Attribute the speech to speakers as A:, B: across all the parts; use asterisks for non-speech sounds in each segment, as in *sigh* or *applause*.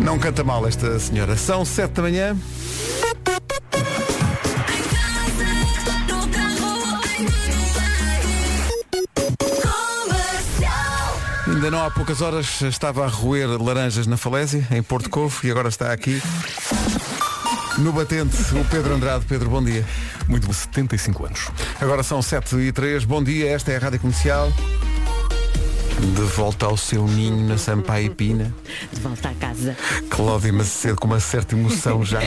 A: Não canta mal esta senhora. São 7 da manhã. Ainda não há poucas horas estava a roer laranjas na falésia, em Porto Covo, e agora está aqui. No batente, o Pedro Andrade. Pedro, bom dia.
B: Muito bom, 75 anos.
A: Agora são 7 e 3. Bom dia, esta é a Rádio Comercial. De volta ao seu ninho na Sampaio Pina.
C: De volta à casa.
A: Cláudia Macedo com uma certa emoção
C: *laughs*
A: já.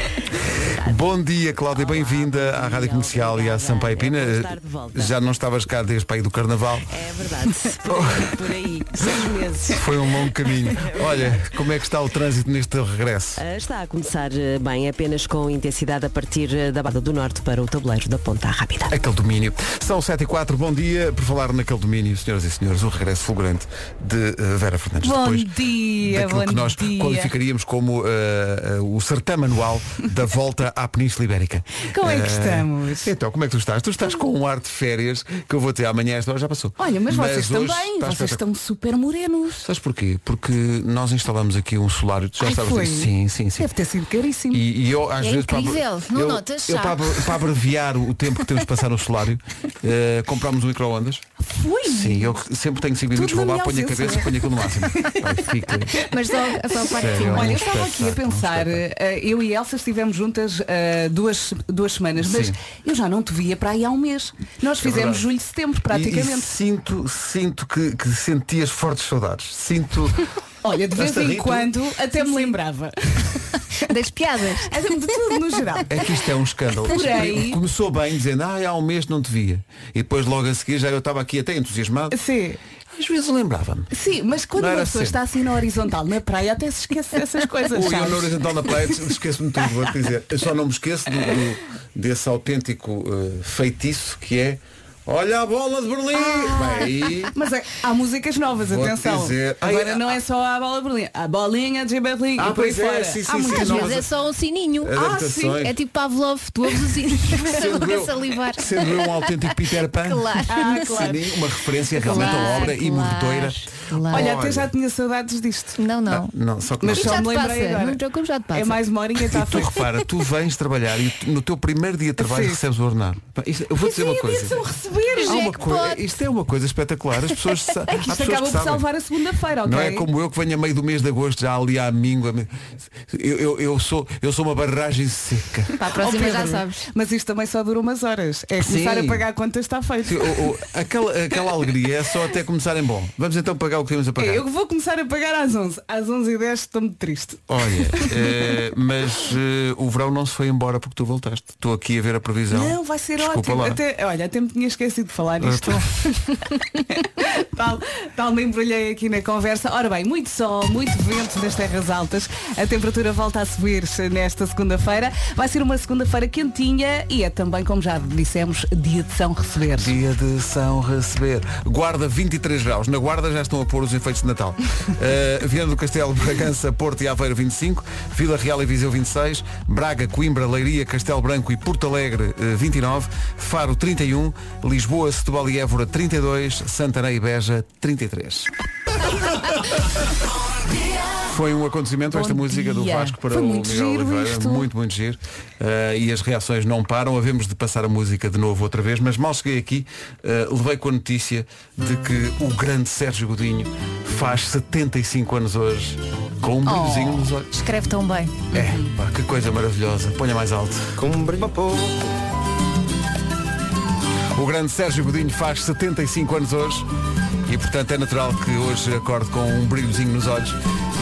A: Bom dia, Cláudia,
C: Olá,
A: bem-vinda
C: bom
A: à
C: dia,
A: Rádio Comercial e à
C: obrigada.
A: Sampaio Pina.
C: É bom estar de volta.
A: Já não estavas cá desde para aí do Carnaval.
D: *laughs*
C: É verdade. Por aí, por aí, seis meses.
A: Foi um longo
C: *laughs*
A: caminho. Olha, como é que está o trânsito neste teu regresso?
C: Ah, Está a começar eh, bem, apenas com intensidade a partir eh, da Bada do Norte para o tabuleiro da Ponta Rápida.
A: Aquele domínio. São 7 e 4, bom dia. Por falar naquele domínio, senhoras e senhores, o regresso fulgurante de eh, Vera Fernandes.
E: Bom
A: Depois
E: dia,
A: daquilo
E: bom
A: que nós
E: dia.
A: qualificaríamos como eh, eh, o certame anual da volta à Península Ibérica.
E: Como é que
A: Eh,
E: estamos?
A: Então, como é que tu estás? Tu estás com um ar de férias que eu vou ter amanhã, esta hora já passou.
E: Olha, mas, vocês
A: hoje
E: também,
A: está
E: vocês
A: espetacular.
E: estão super morenos.
A: Sabes porquê? Porque nós instalamos aqui um solário, tu já
E: Ai,
A: sabes
E: foi?
A: disso. Sim, sim, sim.
E: Deve ter sido caríssimo.
A: E, e eu às
F: É
A: vezes para,
F: incrível,
A: abr-
F: não
A: eu,
F: notas,
A: eu
F: já?
A: para, abr- para abreviar o tempo que temos de passar no solário, eh, comprámos um micro-ondas.
E: Ui,
A: Sim, eu sempre tenho 5 minutos,
E: Tudo
A: vou
E: na minha
A: lá, ponho a
E: ausência.
A: cabeça, ponho aquilo no máximo. Pai, fica.
E: *laughs* Mas só, só a parte
A: Sério,
E: final.
A: é um
E: Olha, eu estava aqui a
A: espetáculo, um
E: pensar,
A: espetáculo.
E: eh, eu e Elsa estivemos juntas eh, duas, duas semanas, mas
A: Sim. É
E: eu já não te via para aí há um mês. Nós fizemos
A: verdade.
E: julho e setembro
A: E, e
E: praticamente.
A: sinto, sinto que, que sentias fortes saudades. Sinto.
E: Olha, de vez
A: Estás a
E: em
A: rir, tu?
E: quando até me lembrava.
F: *laughs* Das
E: *laughs*
F: piadas.
E: De tudo no
A: *laughs*
E: geral.
A: É que isto é um escândalo.
E: Porém-
A: Começou bem dizendo, ah, há um mês não te via. E depois logo a seguir já eu estava aqui até entusiasmado.
E: Sim.
A: Às vezes lembrava-me.
E: Sim, mas quando
A: Não
E: uma
A: era
E: pessoa
A: sempre.
E: está assim na horizontal, na praia, até se esquece dessas coisas.
A: Ui, eu
E: sabes?
A: na horizontal na praia esqueço-me tudo, vou dizer. Eu só não me esqueço do, do- desse autêntico eh, feitiço que é Olha a bola de Berlim! Vai aí.
E: Mas é- há músicas novas,
A: Vou-te
E: atenção.
A: dizer-
E: Agora
A: Ai,
E: não é só a bola de Berlim, a bolinha de Berlim
A: Ah,
E: e por aí
A: pois é,
E: fora.
A: sim, sim,
E: há Ah,
A: sim,
E: muitas
F: Às
A: não.
F: vezes é só um sininho.
A: Adaptações.
F: É tipo Pavlov, tu ouves o *laughs* sininho e começas
A: Sendo
F: logo
A: eu-
F: a salivar.
A: Sendo eu um autêntico Peter Pan.
F: Claro.
E: Ah, claro.
A: Sim, uma referência realmente à
F: Claro,
A: obra
F: claro,
A: imordoeira.
F: claro.
E: Olha, até já tinha saudades disto.
F: Não, não.
A: Ah, Não, só que
E: Mas
A: não-
F: já
E: só
F: te
E: me lembrei
F: passa,
E: agora.
F: não te preocupes, já te passa.
E: É mais uma horinha está
A: E tu
E: feito.
A: repara, tu vens trabalhar e tu- no teu primeiro dia de trabalho
E: Sim.
A: recebes o ordenado. Pá, isto- Eu vou dizer uma coisa.
E: São um receber. É
A: Há uma
E: *laughs*
F: Jackpot.
A: coisa- isto é uma coisa espetacular. As pessoas, sa- há
E: Isto
A: pessoas que
E: acaba por
A: sabem.
E: salvar a segunda-feira, ok?
A: Não é como eu que venho a meio do mês de agosto já ali à míngua. Eu, eu, eu sou, eu sou uma barragem seca.
E: *laughs*
F: Para a
E: Ó,
F: próxima já
E: Pedro,
F: sabes.
E: Mas isto também só dura umas horas. É começar
A: Sim.
E: a pagar contas está feito.
A: Sim, o- o- aquela, aquela alegria é só até começarem bom. Vamos então pagar o que temos a pagar.
E: É, eu vou começar a pagar às 11. Às 11h10 estou-me triste.
A: Olha, eh, mas eh, o verão não se foi embora porque tu voltaste. Estou aqui a ver a previsão.
E: Não, vai ser
A: Desculpa
E: ótimo.
A: Lá. Ah,
E: Até, olha, até me tinha esquecido de falar isto. tal, tal me embrulhei aqui na conversa. Ora bem, muito sol, muito vento nas terras altas. A temperatura volta a subir nesta segunda-feira. Vai ser uma segunda-feira quentinha e é também, como já dissemos, dia de São Receber.
A: Dia de São Receber. Guarda 23 graus. Na Guarda já estão a pôr os enfeites de Natal. Eh, Viana do Castelo, Bragança, Porto e Aveiro 25. Vila Real e Viseu 26. Braga, Coimbra, Leiria, Castelo Branco e Porto Alegre eh, 29. Faro 31. Lisboa, Setúbal e Évora 32. Santarém e Beja 33. Foi um acontecimento esta
E: Bom
A: música do
E: dia.
A: Vasco para
E: Foi
A: o
E: muito
A: Miguel
E: giro
A: Oliveira.
E: isto.
A: Muito, muito giro. Uh, e as reações não param. Havemos de passar a música de novo outra vez, mas mal cheguei aqui, uh, levei com a notícia de que o grande Sérgio Godinho faz 75 anos hoje, com um brilhozinho nos olhos.
F: Oh, Escreve tão bem.
A: É, pá, que coisa maravilhosa. Ponha mais alto. O grande Sérgio Godinho faz 75 anos hoje e, portanto, é natural que hoje acorde com um brilhozinho nos olhos.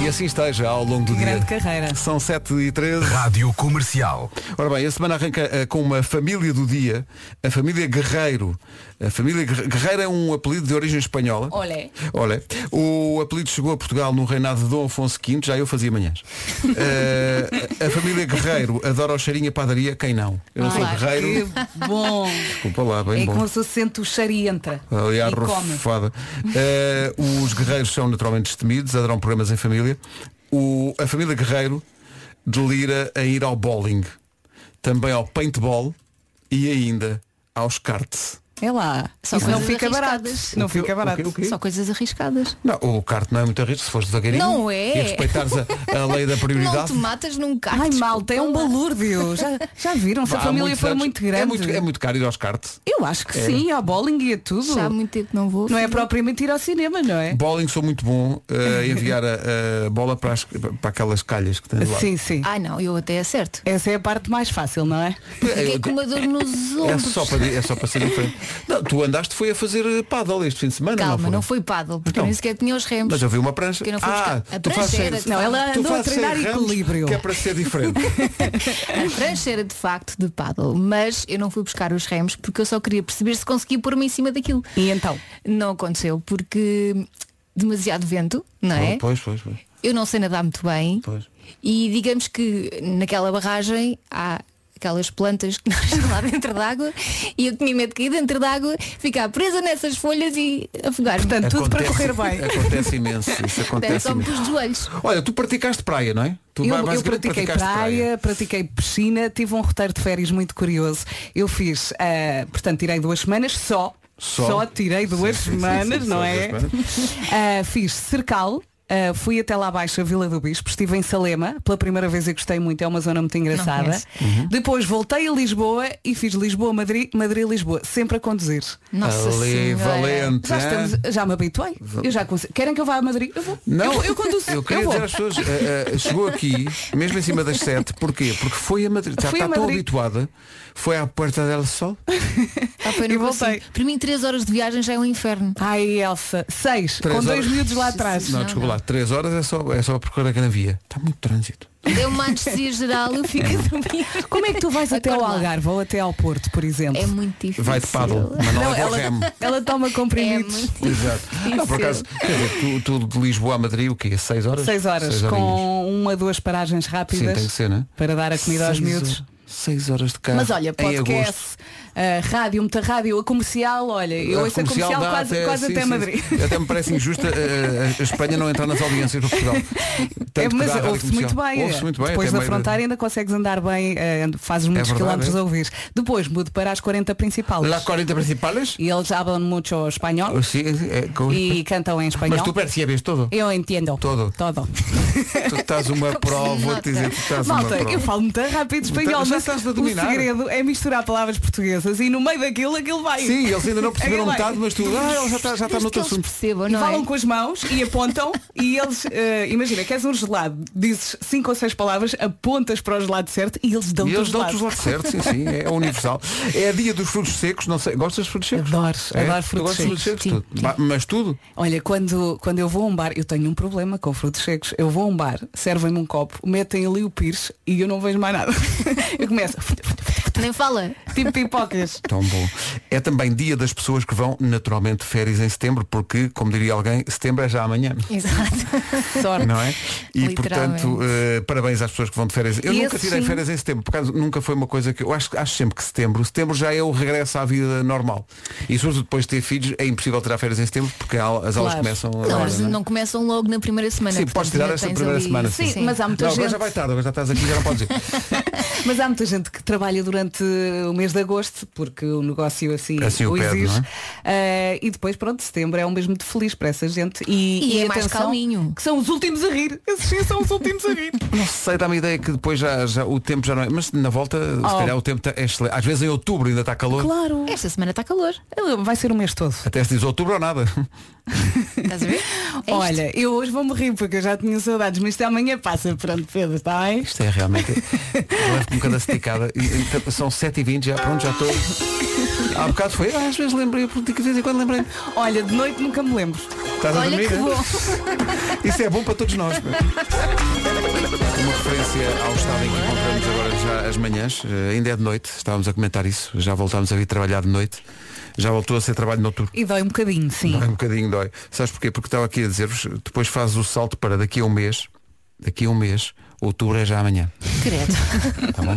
A: E assim esteja ao longo do
E: Grande
A: dia.
E: carreira.
A: São 7 e 13.
B: Rádio Comercial.
A: Ora bem, a semana arranca eh, com uma família do dia, a família Guerreiro. A família Guerre- Guerreiro é um apelido de origem espanhola.
E: Olé.
A: *laughs* Olha, o apelido chegou a Portugal no reinado de Dom Afonso V, já eu fazia manhãs. Eh, a família Guerreiro adora o cheirinho à padaria, quem não? Eu não sou
F: Claro.
A: guerreiro,
E: Que bom.
A: desculpa lá, bem
E: É que
A: bom.
E: uma pessoa sente o cheiro e entra.
A: Ali à
E: e come.
A: rufada. Eh, os guerreiros são naturalmente destemidos, adoram programas em família. O- a família Guerreiro delira a ir ao bowling, também ao paintball e ainda aos karts.
E: É lá.
F: Só
E: Isso não
F: coisas
E: fica barato.
F: arriscadas.
E: Não
A: O quê?
E: fica barato.
A: O quê? O quê?
F: Só coisas arriscadas.
A: Não, o kart não é muito risco se fores devagarinho
F: Não é.
A: e respeitares a, a
E: *laughs*
A: lei da
F: Não
A: prioridade.
F: te matas num carro.
E: Ai, malta, é um balúrdio. Já, já viram? Se a
A: Vá, há
E: família
A: muitos
E: for
A: anos.
E: muito grande.
A: É muito, é muito caro ir aos É. karts.
E: Eu acho que sim, ao bowling e a tudo.
F: Já há muito tempo que não vou.
E: Não é propriamente ir ao cinema, não é?
A: Bowling sou muito bom eh, a enviar a, a bola para, as- para aquelas calhas que tens lá.
E: Sim, sim.
F: Ah não, eu até acerto.
E: Essa é a parte mais fácil, não é?
F: Fiquei com uma dor nos
A: É
F: ombros.
A: só, para, é só para ser diferente. Não, tu andaste foi a fazer eh, paddle este fim de semana,
F: Calma,
A: não
F: não
A: foi?
F: foi paddle, porque
A: Então.
F: eu nem sequer tinha os remos.
A: Mas eu vi uma prancha.
F: Que eu não fui
A: ah,
F: buscar. A
A: tu
F: prancha
A: fazes sem-
F: era de
E: Não, ela
A: tu
E: andou a
A: fazes sem
E: treinar
A: ramos,
E: equilíbrio.
A: Que é para ser diferente.
E: *laughs*
F: A prancha era de facto de paddle, mas eu não fui buscar os remos porque eu só queria perceber se conseguia pôr-me em cima daquilo.
E: E então?
F: Não aconteceu porque demasiado vento, não é?
A: Pois, pois, pois.
F: Eu não sei nadar muito bem.
A: Pois.
F: E digamos que naquela barragem há aquelas plantas que *laughs* nascem lá dentro d'água e eu tinha medo de cair dentro d'água, ficar presa nessas folhas e afogar-me.
E: Portanto, É tudo para
A: Acontece-
E: correr bem. um
A: Acontece imenso. Isso
F: Portanto,
A: acontece
F: só me
A: imenso.
F: pus de joelhos.
A: Olha, tu praticaste praia, não é? Tu
E: Eu, eu
A: basicamente
E: pratiquei praia,
A: praticaste
E: pratiquei piscina, tive um roteiro de férias muito curioso. Eu fiz, ah, portanto, tirei duas semanas só.
A: Só?
E: tirei duas
A: Sim, sim, sim,
E: semanas,
A: sim,
E: não
A: só
E: é?
A: duas
E: *laughs* Ah, fiz cercal. ah, fui até lá abaixo, a Vila do Bispo, estive em Salema, pela primeira vez e gostei muito, é uma zona muito engraçada.
F: conheço.
A: Uhum.
F: Uhum.
E: Depois voltei a Lisboa e fiz Lisboa-Madrid, Madrid-Lisboa, sempre a conduzir.
F: Nossa
A: Ali,
F: Senhora.
A: valente.
E: Já,
A: hein?
E: estamos- já me habituei. Eu já consigo. Querem que eu vá a Madrid? Eu vou.
A: Não,
E: eu, eu conduzo.
A: Eu queria
E: vou.
A: dizer às pessoas, eh, eh, chegou aqui, mesmo em cima das sete, porquê? Porque foi a Madrid, já
E: Fui
A: está
E: a
A: tão
E: Madrid.
A: habituada, foi à Puerta del Sol.
F: *laughs* Ah, pá, eu não
E: E
F: consigo.
E: voltei.
F: Para mim, três horas de viagem já é um inferno.
E: Ai, Elsa, seis,
A: Três
E: com
A: horas.
E: dois miúdos lá atrás.
A: Não,
F: Não,
A: desculpa
F: não.
A: lá, três horas é só, é só procurar aquela via. Está muito trânsito.
F: Deu uma anestesia geral, eu fico a dormir.
E: Como é que tu vais até ao
F: Acorda lá.
E: Algarve ou até ao Porto, por exemplo?
F: É muito difícil.
A: Vai de paddle, mas não, é
E: ela,
A: remo.
E: ela toma
F: É
E: comprimidos.
A: *laughs*
F: muito
A: Exato. Não, por acaso, quer dizer, tu, tu de Lisboa a Madrid, o quê? Seis horas?
E: Seis horas,
A: horinhas.
E: com uma ou duas paragens
A: Sim,
E: rápidas
A: tem que ser, né?
E: para dar a comida aos
A: Seis
E: miúdos.
A: horas- Seis horas de carro.
E: Mas olha,
A: em agosto.
E: podcast, a rádio, muita rádio, a comercial, olha, eu ouço a comercial,
A: dá
E: quase quase até,
A: sim, sim,
E: Madrid.
A: sim. Até me parece injusta eh, a Espanha não entrar nas audiências do Portugal. Tanto
E: *laughs* É,
A: que
E: mas
A: dá a rádio
E: ouve-se muito
A: comercial.
E: bem. é.
A: Ouve-se muito bem.
E: Depois
A: até
E: da
A: meio
E: fronteira ainda consegues andar bem, eh, fazes muitos
A: verdade,
E: quilómetros
A: é.
E: a ouvir. Depois mudo para as 40 principais.
A: Las 40 principales?
E: E eles falam muito espanhol
A: Oh, Sí, eh, con-
E: e cantam em espanhol.
A: Mas tu é
E: *laughs*
A: percebes todo.
E: Eu entendo.
A: Todo.
E: Todo.
A: Tu estás uma prova, vou te dizer, tu estás uma
E: Malta,
A: prova. Então,
E: eu falo muito rápido espanhol,
A: Já
E: mas
A: estás a
E: o
A: dominar.
E: segredo é misturar palavras portuguesas e no meio daquilo aquilo vai.
A: Sim, eles ainda não perceberam
E: Aquilo vai.
A: metade, mas tu, ah, ele já está já está no
F: Desde que
A: teu
F: eles
A: assunto.
F: percebam,
E: E um
F: não
E: falam
F: é?
E: com as mãos e
F: *laughs*
E: apontam e eles, eh, imagina, queres um gelado, dizes cinco ou seis palavras, apontas para o gelado certo e eles dão-te
A: E
E: o
A: eles dão-te os
E: gelado.
A: lados certos, sim, sim,
E: *laughs*
A: é universal. É dia dos frutos secos, não sei, gostas de frutos secos?
E: Adoro,
A: É?
E: adoro
A: Tu
E: frutos
A: gostas de
E: secos.
A: frutos secos? Tudo. Ba- Mas tudo?
E: Olha, quando, quando eu vou a um bar, eu tenho um problema com frutos secos. Eu vou a um bar, servem-me um copo, metem ali o pires e eu não vejo mais nada. *laughs* Eu começo,
F: Nem fala.
E: tipo pipocas.
A: Tão bom. É também dia das pessoas que vão naturalmente de férias em setembro, porque, como diria alguém, setembro é já amanhã.
F: Exato.
E: Sorte.
A: Não é? E
F: Literalmente.
A: portanto, eh, parabéns às pessoas que vão de férias. Eu
E: E assim-
A: nunca
E: esse
A: tirei
E: sim.
A: férias em setembro, por causa nunca foi uma coisa que. Eu acho, acho sempre que setembro, setembro já é o regresso à vida normal. E sobretudo depois de ter filhos, é impossível tirar férias em setembro porque a aula- as aulas
E: Claro.
A: começam
F: Não,
A: agora.
F: mas
A: não é?
F: não começam logo na primeira
E: é
F: semana.
A: Sim,
F: portanto,
A: podes tirar
F: ainda
A: esta
F: tens
A: primeira
F: ali-
A: semana.
E: Sim, mas há muita
A: Não, agora
E: gente.
A: já vai tarde, agora já estás aqui, já não
E: *laughs*
A: podes ir.
E: Mas há muita gente que trabalha durante o mês de agosto, porque o negócio assim,
A: Assim o
E: o,
A: pede,
E: exige.
A: não é?
E: Ah, e depois, pronto, setembro é um mês muito feliz para essa gente.
F: E
E: E,
F: é mais
E: atenção,
F: calminho.
E: Que são os últimos a rir. Esses sim são os últimos a
A: *laughs*
E: rir.
A: Não sei, dá-me a ideia que depois já, já o tempo já não é. Mas na volta, se
E: Oh.
A: calhar o tempo tá- é excelente. Às vezes em outubro ainda está calor.
E: Claro.
F: Esta semana está calor.
E: Vai ser o mês todo.
A: Até se diz outubro ou nada.
F: Estás a ver? É isto.
E: Olha, eu hoje vou-me rir porque eu já tinha saudades, mas isto é amanhã passa. Pronto, Pedro, está bem?
A: Isto é realmente. Levo um bocado esticada. então, São 7h20, já pronto, já estou. Há bocado foi. ah, às vezes lembrei, porque de vez em quando lembrei.
E: Olha, de noite nunca me lembro.
A: Estás a
F: Olha
A: dormir?
F: que
A: é?
F: bom.
A: *laughs* Isso é bom para todos nós. meu. Uma referência ao estado em que encontramos agora já as manhãs. Eh, ainda é de noite, estávamos a comentar isso. Já voltámos a vir trabalhar de noite. Já voltou a ser trabalho noturno.
E: E dói um bocadinho, sim.
A: Dói um bocadinho, dói. Sabes porquê? Porque estava aqui a dizer-vos, depois fazes o salto para daqui a um mês, daqui a um mês, outubro é já amanhã.
F: Credo.
A: Tá bom?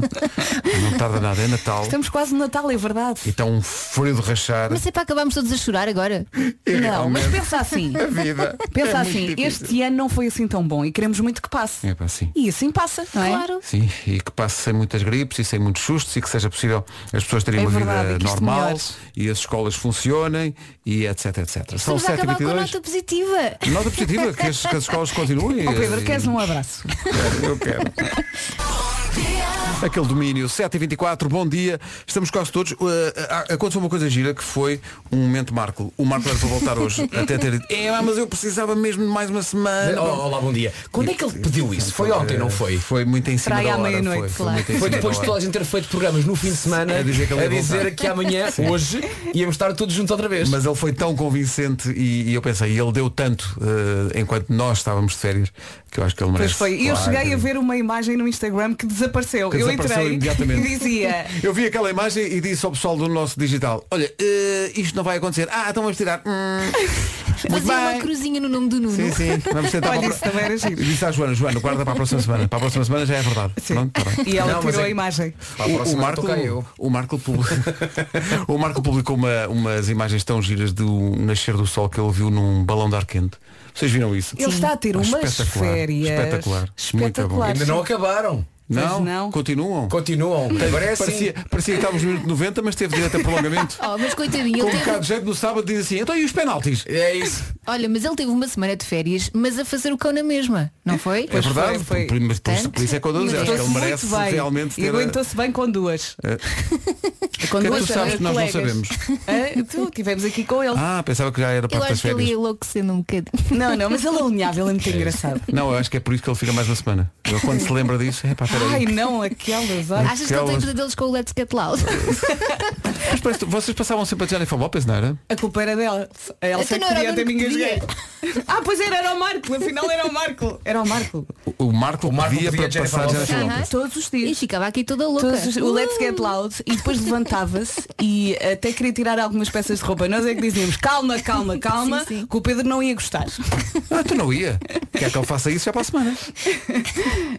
A: Não tarda nada, é Natal.
E: Estamos quase no Natal, é verdade.
A: E está um frio de rachar.
F: Mas é para acabarmos todos a chorar agora.
A: E
E: Não, mas
A: realmente,
E: pensa assim.
A: a vida.
E: Pensa
A: é muito
E: assim,
A: difícil.
E: este ano não foi assim tão bom e queremos muito que passe.
A: É pá, sim.
E: E assim passa, não é?
F: Claro.
A: Sim, e que passe sem muitas gripes e sem muitos sustos e que seja possível as pessoas terem
E: É
A: uma
E: verdade, e que
A: vida
E: isto
A: normal
E: melhore.
A: e as escolas funcionem e etc, etc. São
F: Estamos a acabar com a
A: 7h22.
F: nota positiva.
A: Nota positiva, que as, que
F: *laughs*
A: as escolas continuem.
E: Ó Pedro,
A: e-
E: queres um abraço?
A: *laughs* Eu quero. Aquele domínio, 7h24, bom dia, estamos quase todos. Uh, uh, aconteceu uma coisa gira que foi um momento Marco. O Marco era para voltar hoje,
E: *laughs*
A: até ter dito, é, mas eu precisava mesmo de mais uma semana.
D: Oh, olá, bom dia. Quando é que ele pediu isso? Foi ontem, não foi?
A: Foi muito em cima
E: Para aí à
A: da hora.
E: meia-noite,
A: foi, foi
F: claro.
A: muito em
D: Foi
A: cima
D: depois de
A: da hora.
D: toda a gente ter feito programas no fim de semana
E: É
A: A dizer que ele é ia
D: a dizer
A: voltar.
D: que
A: *laughs*
D: amanhã, hoje, íamos estar todos juntos outra vez.
A: Mas ele foi tão convincente e, e eu pensei, ele deu tanto eh, enquanto nós estávamos de férias que eu acho que ele
E: Pois
A: merece.
E: foi. E eu
A: Claro.
E: cheguei a ver uma imagem no Instagram que desapareceu.
A: Que
E: eu
A: desapareceu
E: entrei *laughs*
A: imediatamente. É.
E: e dizia.
A: Eu vi aquela imagem e disse ao pessoal do nosso digital, olha, eh, isto não vai acontecer. Ah, então vamos tirar.
E: *laughs*
A: Hum, muito
F: Fazia uma
A: bem.
F: cruzinha no nome do Nuno.
A: Sim, sim, vamos tentar.
E: Olha,
A: para a
E: isso
A: pro-
E: também era giro.
A: E Disse à Joana, Joana, guarda para a próxima semana. Para a próxima semana já é verdade. Pronto, tá bem.
E: E ela
D: Não, mas
E: tirou
D: é-
E: a imagem.
D: Para a
A: O- o,
D: próxima
A: Marco,
D: toca eu.
A: o, Marco publicou, *laughs* o Marco publicou uma- umas imagens tão giras do nascer do sol que ele viu num balão de ar quente. Vocês viram isso? Ah,
E: Ele está a ter umas
A: Espetacular,
E: férias.
A: espetacular, muito bom.
E: espetaculares.
D: Ainda não acabaram.
A: Não,
E: Pois não.
A: continuam.
D: Continuam. é assim. Parecem.
A: Parecia, parecia que estávamos no minuto 90, mas teve direito a
E: *laughs*
A: prolongamento.
F: *laughs* Oh, mas coitadinho,
A: Com
F: ele
A: um
F: teve...
A: bocado de jeito no sábado diz assim, então e os penaltis?
D: É isso.
F: Olha, mas ele teve uma semana de férias, mas a fazer o cão na mesma, não foi?
A: É verdade,
E: foi, foi.
A: por- Por, por isso,
F: Portanto,
A: por isso é quando eu digo, acho que ele
E: Aguentou-se
A: merece
E: muito bem.
A: realmente
E: E
A: ter. a-
E: aguentou-se bem com duas.
F: Com
A: que é que
F: duas
A: tu sabes que nós não sabemos?
E: colegas. *laughs* Ah, tu estivemos aqui com ele.
A: Ah, pensava que já era
F: Eu
A: parte das
F: acho que ele
A: férias.
F: ia enlouquecendo um bocadinho.
E: Não, não, mas ele alinhava, ele é muito engraçado.
A: Não, eu acho que é por isso que ele fica mais uma semana. Ele, quando se lembra disso, é pá,
E: Ai
A: peraí.
E: não, aquelas, olha.
F: Achas que ele tem
A: Aquelas-
F: pesadelos com o Let's Get Loud?
A: Mas parece- vocês passavam sempre a Jennifer Lopez, não era?
E: A culpa era dela. A Elsa é
F: Então
E: que
F: não era
E: podia
F: o
E: ter me
F: Nuno que
E: engasguei.
F: podia.
E: Ah, pois era, era o Marco, afinal era o Marco. Era o Marco.
A: O- O Marco,
D: O Marco
A: pedia
D: pedia
A: para
D: Jennifer
A: passar a
D: Lopez.
A: Jennifer Lopez.
F: Aham.
E: Todos os
F: E
E: dias.
F: ficava aqui toda louca.
E: Todos os- o Let's Get Loud e depois levantava-se e até queria tirar algumas peças de roupa. Nós é que dizíamos calma, calma, calma,
F: *laughs* Sim, sim.
E: que o Pedro não ia gostar.
A: Ah, tu não ia. Quer que ele faça isso já para a semana.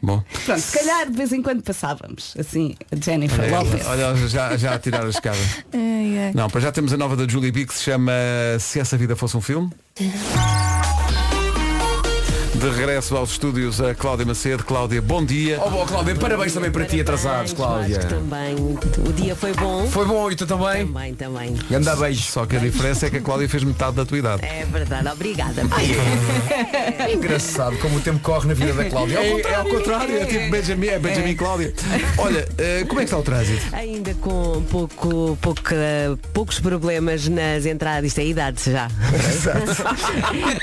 A: Bom.
E: Pronto, se calhar de vez em quando passávamos, assim, a Jennifer
A: É,
E: Lopez.
A: olha, olha, já, já a tirar a escada.
F: Ai, ai.
E: *laughs*
A: Não, para já temos a nova da Julie B que se chama Se Essa Vida Fosse um Filme. De regresso aos estúdios a Cláudia Macedo. Cláudia, bom dia.
D: Oh, boa, Cláudia, parabéns também para ti atrasados,
C: Parabéns,
D: Cláudia.
C: Vasco, também. muito- O dia foi bom.
D: Foi bom e tu também?
C: Também, também.
D: Anda beijo.
A: Só que a diferença é que a Cláudia fez metade da tua idade.
C: É
D: *laughs*
C: verdade, obrigada.
D: É Engraçado como o tempo corre na vida da
A: *laughs*
D: Cláudia. É ao
A: É, é
D: contrário.
A: ao contrário, é tipo Benjamin, é Benjamin Cláudia. Olha, eh, como é que está o trânsito?
C: Ainda com pouco, pouca- poucos problemas nas entradas, isto é idade
D: *laughs*
C: já.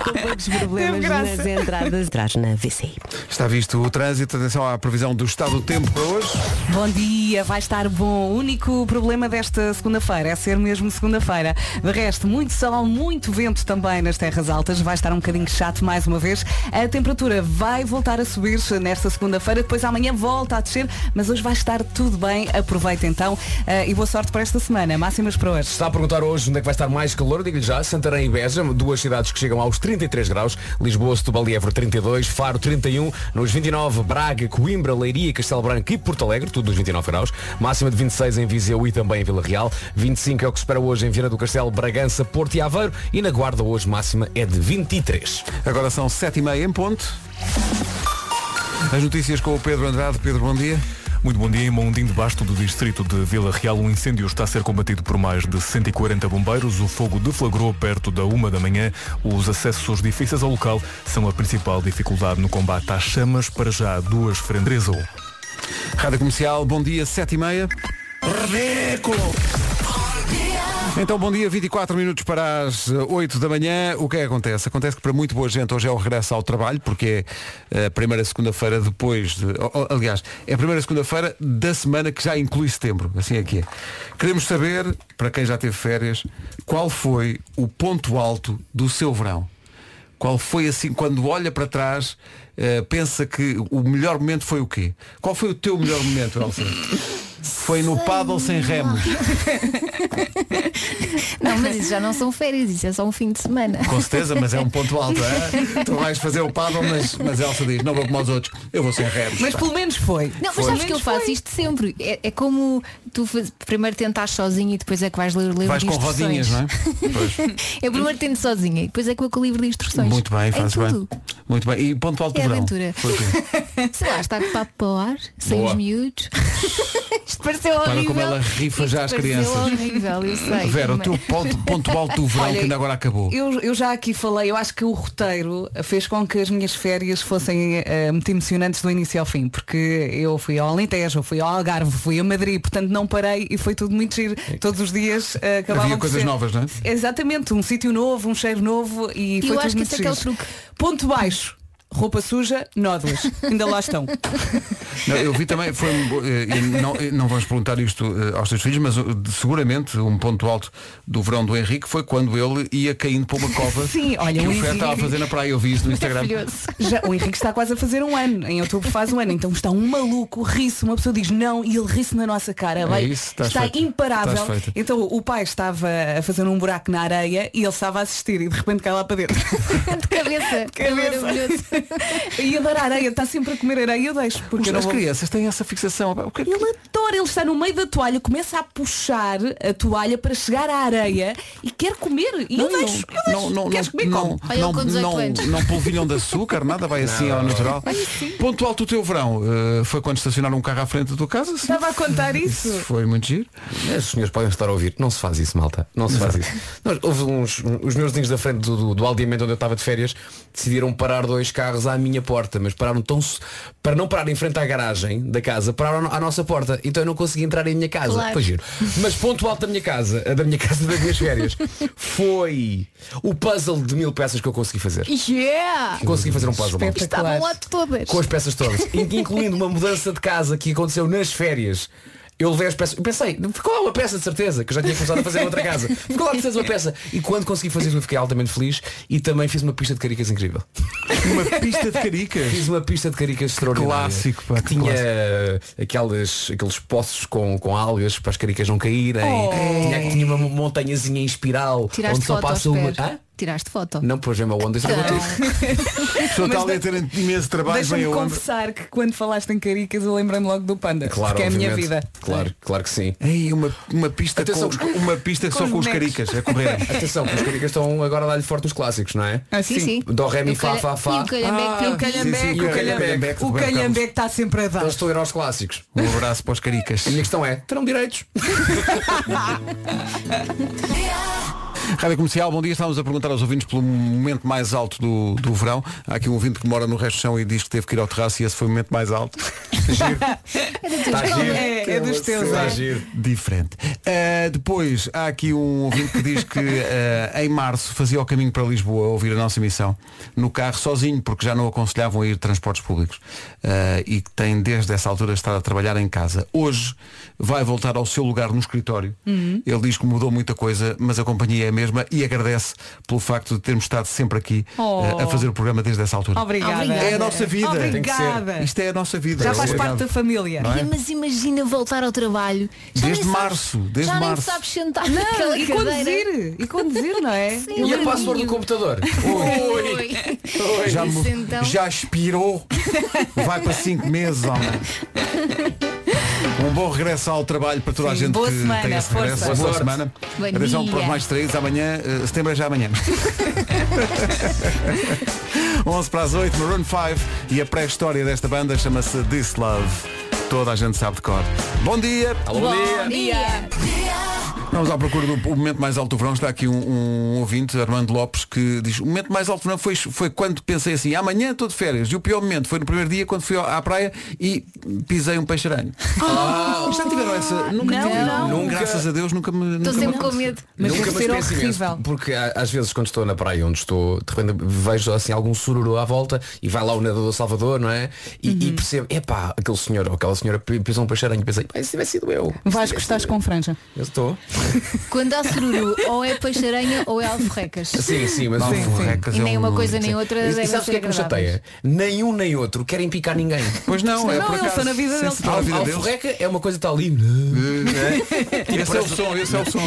C: com poucos problemas
E: Teve graça.
C: nas entradas, atrás na VCI.
A: Está visto o trânsito, atenção à previsão do estado do tempo para hoje.
E: Bom dia, vai estar bom. O único problema desta segunda-feira é ser mesmo segunda-feira. De resto, muito sol, muito vento também nas terras altas. Vai estar um bocadinho chato mais uma vez. A temperatura vai voltar a subir nesta segunda-feira, depois amanhã volta a descer, mas hoje vai estar tudo bem. Aproveita então eh, e boa sorte para esta semana. Máximas para hoje.
D: Está a perguntar hoje onde é que vai estar mais calor, digo-lhe já, Santarém e Beja, duas cidades que chegam aos 33 graus, Lisboa, Setúbal e Évora 32, Faro 31, nos 29 Braga, Coimbra, Leiria, Castelo Branco e Porto Alegre, tudo nos 29 graus, máxima de 26 em Viseu e também em Vila Real, 25 é o que se espera hoje em Viana do Castelo, Bragança, Porto e Aveiro e na Guarda hoje máxima é de 23.
A: Agora são sete e meia em ponto. As notícias com o Pedro Andrade. Pedro, bom dia.
B: Muito bom dia. Em Mondim de Basto, do distrito de Vila Real, um incêndio está a ser combatido por mais de 140 bombeiros. O fogo deflagrou perto da uma da manhã. Os acessos difíceis ao local são a principal dificuldade no combate às chamas. Para já, duas frentes a um.
A: Rádio Comercial, bom dia, 7 e meia. Ridículo! Então, bom dia, 24 minutos para as eh, 8 da manhã. O que é que acontece? Acontece que para muito boa gente hoje é o regresso ao trabalho, porque é a primeira segunda-feira depois de. o- o- Aliás, é a primeira segunda-feira da semana que já inclui setembro. Assim é que é. Queremos saber, para quem já teve férias, qual foi o ponto alto do seu verão? Qual foi assim, quando olha para trás, eh, pensa que o melhor momento foi o quê? Qual foi o teu melhor momento, Elsa? Foi no paddle sem remos.
F: *laughs* Não, mas isso já não são férias, isso é só um fim de semana.
A: Com certeza, mas é um ponto alto, é? Tu vais fazer o paddle, mas, mas Elsa diz, não vou como os outros, eu vou sem remos.
E: Mas pelo menos foi.
F: *laughs* Não, mas
E: Pelo
F: sabes que eu
E: menos
F: faço
E: foi.
F: isto sempre. É, é como tu faz- primeiro tentas sozinho e depois é que vais ler o livro
A: Vais
F: de
A: com
F: instruções.
A: rodinhas,
F: *laughs*
A: não é? Pois.
F: Eu primeiro tento sozinha e depois é que vou com o livro de instruções.
A: Muito bem,
F: É
A: fazes bem.
F: tudo.
A: Muito bem. E ponto alto do
F: É
A: verão.
F: aventura.
A: Foi o quê?
F: *laughs* Sei lá, está de papo para o ar, sem
D: Boa.
F: os miúdos. *laughs* Isto pareceu
A: Repara
F: horrível.
A: como ela é. rifa já às
F: Isto pareceu
A: crianças.
F: horrível, eu sei.
A: Vera, o
F: mas-
A: teu ponto, ponto alto do verão
E: *laughs* Olha,
A: que ainda agora acabou.
E: Eu, eu já aqui falei, eu acho que o roteiro fez com que as minhas férias fossem eh, muito emocionantes do início ao fim, porque eu fui ao Alentejo, eu fui ao Algarve, fui a Madrid, portanto não parei e foi tudo muito giro. Todos os dias eh, acabavam
A: É Havia
E: por
A: coisas
E: ser-
A: novas, não é?
E: Exatamente, um sítio novo, um cheiro novo e
F: Eu
E: foi
F: acho
E: tudo
F: que
E: muito
F: esse é que é o
E: giro.
F: truque.
E: Ponto baixo. Roupa suja, nódulos. Ainda lá
F: *laughs*
E: estão.
A: Não, eu vi também, foi um bo- eh, e não, eh, não vamos perguntar isto eh, aos teus filhos, mas eh, de- seguramente um ponto alto do verão do Henrique foi quando ele ia caindo para uma cova
E: Sim, olha,
A: que
E: o
A: o Fer
E: Henrique-
A: estava a fazer na praia, eu vi
F: *laughs*
A: isso no Instagram.
F: Maravilhoso.
E: Já, o Henrique está quase a fazer um ano. Em outubro faz um ano. Então está um maluco, ri-se. Uma pessoa diz não e ele ri-se na nossa cara. bem,
A: É isso, tá estás
E: está
A: feita.
E: imparável.
A: Estás feita.
E: Então o pai estava a fazer um buraco na areia e ele estava a assistir e de repente cai lá para dentro.
F: *laughs* De cabeça. É
E: cabeça.
F: maravilhoso.
E: *laughs* e adora areia, está sempre a comer areia e eu deixo. Porque
A: Os-
E: eu não
A: As
E: vou...
A: crianças têm essa fixação. O que é que-
E: Ele adora, ele está no meio da toalha, começa a puxar a toalha para chegar à areia e quer comer. E eu deixo, eu deixo.
A: não, não,
E: Queres
A: não,
E: comer?
A: não,
E: Come.
F: Olha,
A: não,
F: com 18 anos.
A: não polvilhão de açúcar, nada vai assim ao natural.
E: assim.
A: Ponto alto do teu verão eh, foi quando estacionaram um carro à frente da tua casa? Sim.
E: Estava a contar isso.
A: Isso foi muito giro.
D: Os senhores podem estar a ouvir. Não se faz isso, malta. Não se faz isso. Nós, houve uns, os meus vizinhos da frente do, do, do aldeamento onde eu estava de férias decidiram parar dois carros à minha porta, mas pararam tão so- para não parar em frente à garagem da casa, pararam à nossa porta. Então eu não consegui entrar em minha casa.
F: Claro.
D: Foi giro. Mas ponto alto da minha casa, da minha *laughs* casa das minhas férias, foi o puzzle de mil peças que eu consegui fazer.
F: Yeah!
D: Consegui fazer um puzzle. malta.
F: Estavam lá todas.
D: Com as peças
F: *laughs*
D: todas, in- incluindo uma mudança de casa que aconteceu nas férias. Eu levei as peças, eu pensei, ficou lá uma peça de certeza, que eu já tinha começado a fazer em outra
F: *laughs*
D: casa. Ficou lá de certeza uma peça. E quando consegui fazer isso eu fiquei altamente feliz e também fiz uma pista de caricas incrível.
A: Uma pista de caricas.
D: *laughs* Fiz uma pista de caricas extraordinária.
A: Clássico, pá, que
D: que tinha aquelas, aqueles poços com, com algas para as caricas não caírem. Tinha, tinha uma montanhazinha em espiral
F: Oh. Tiraste
D: onde só
F: foto aos
D: passa uma.
F: pés.
D: Hã?
F: Tiraste foto.
D: Não, pois é uma onda. isso é
F: Então,
D: batido.
A: A
E: *laughs*
A: pessoa está ali a ter imenso trabalho, vem
E: Deixa-me
A: a onda.
E: confessar que quando falaste em caricas eu lembrei-me logo do panda,
D: Claro,
E: porque é a minha
D: obviamente.
E: vida.
D: Claro, claro que sim.
A: Ei, uma, uma pista,
D: Atenção,
A: com, uma pista
E: com
A: só
E: os
A: com os
E: bonecos.
A: caricas a correr.
D: *laughs* Atenção, que os caricas estão agora a dar-lhe forte nos clássicos, não é?
E: Ah,
F: Sim, sim.
D: Dó, ré, mi,
F: E o
D: fá,
F: calha-
D: fá, fá.
F: E o calhambeque.
E: E o calhambeque,
A: Ah, sim, sim,
E: o
A: o calhambeque
E: calhambeque,
A: do
E: o
A: Bem Carlos.
E: calhambeque É está sempre a dar.
D: Eles estão a ir aos clássicos.
A: Um abraço para os caricas.
D: A minha questão é, terão *laughs* direitos?
A: Rádio Comercial, bom dia. Estávamos a perguntar aos ouvintes pelo momento mais alto do, do verão. Há aqui um ouvinte que mora no resto do chão e diz que teve que ir ao terraço e esse foi o momento
D: *laughs*
A: mais alto.
D: Tá
F: É da tua escola.
E: É, é dos teus. é.
A: Diferente. Uh, depois há aqui um ouvinte que diz que *laughs* uh, em março fazia o caminho para Lisboa a ouvir a nossa emissão no carro sozinho, porque já não aconselhavam a ir de transportes públicos. Uh, e que tem desde essa altura estado a trabalhar em casa. Hoje vai voltar ao seu lugar no escritório.
E: Uhum.
A: Ele diz que mudou muita coisa, mas a companhia é a mesma e agradece pelo facto de termos estado sempre aqui uh,
E: Oh.
A: a fazer o programa desde essa altura.
E: Obrigada.
F: Obrigada.
A: É a nossa vida.
D: Tem que
E: Obrigada.
D: ser.
A: Isto é a nossa vida.
E: Já faz
A: Obrigado.
E: parte da família.
A: Não é?
F: Ai, Mas imagina voltar ao trabalho. Já
A: Desde
F: nem sabes-
A: março, desde
F: já
A: março.
F: nem sabes sentar
E: Não,
F: naquela
E: e
F: cadeira.
E: conduzir. E conduzir, não é?
F: Sim,
D: E a
F: lindinho.
D: password do computador?
F: Oi.
A: Já,
F: Isso
A: me-
F: então.
A: já expirou. Vai para 5 meses, homem. Um bom regresso ao trabalho para toda a
E: Sim,
A: gente
E: boa
A: que
E: semana,
A: tem esse
E: força.
A: regresso.
D: Boa sorte.
A: semana.
F: Bom
A: Atenção
F: dia.
A: para os mais distraídos. Amanhã, eh, setembro é já amanhã. 11 para as 8, Maroon 5 e a pré-história desta banda chama-se This Love. Toda a gente sabe de cor. Bom dia!
D: Alô,
F: Bom dia.
A: Vamos à procura do o momento mais alto do verão. Está aqui um, um ouvinte, Armando Lopes, que diz o momento mais alto do verão foi, foi quando pensei assim, amanhã estou de férias. E o pior momento foi no primeiro dia quando fui ao- à praia e pisei
D: *laughs*
A: um peixe-aranho. Mas Ah, já tiveram essa? Nunca
E: Não,
A: tiveram.
D: não.
A: Graças a Deus nunca me... Nunca
F: Estou
A: me...
F: sempre com medo.
E: Mas
D: Nunca,
E: deve ser
D: penso imenso,
E: horrível.
D: Porque a- às vezes quando estou na praia onde estou, de repente vejo assim algum sururu à volta e vai lá o nadador Salvador, não é? E, e
E: Uhum.
D: percebo, epá, aquele senhor ou aquela senhora pisou um peixe aranha e pensei, "Pá, se tivesse sido eu.
E: Vais que estás com franja.
D: Eu estou.
F: Quando há sururu, ou é peixaranha ou é alforrecas.
D: Sim, sim, mas
A: Não,
D: sim,
A: forrecas
F: E
A: é
F: nem
A: um-
F: uma coisa nem outra
D: E,
F: devem
D: e sabes o
F: ser
D: que é que me
F: agradáveis.
D: chateia? Nem um nem outro querem picar ninguém.
A: Pois não, é
E: Não,
A: por
E: eles
A: acaso.
E: estão na vida
A: Sim,
E: deles.
A: sim, estão na vida
D: a
A: deles.
D: alforreca é uma coisa que está ali.
A: *laughs* Esse é o som, esse é o som.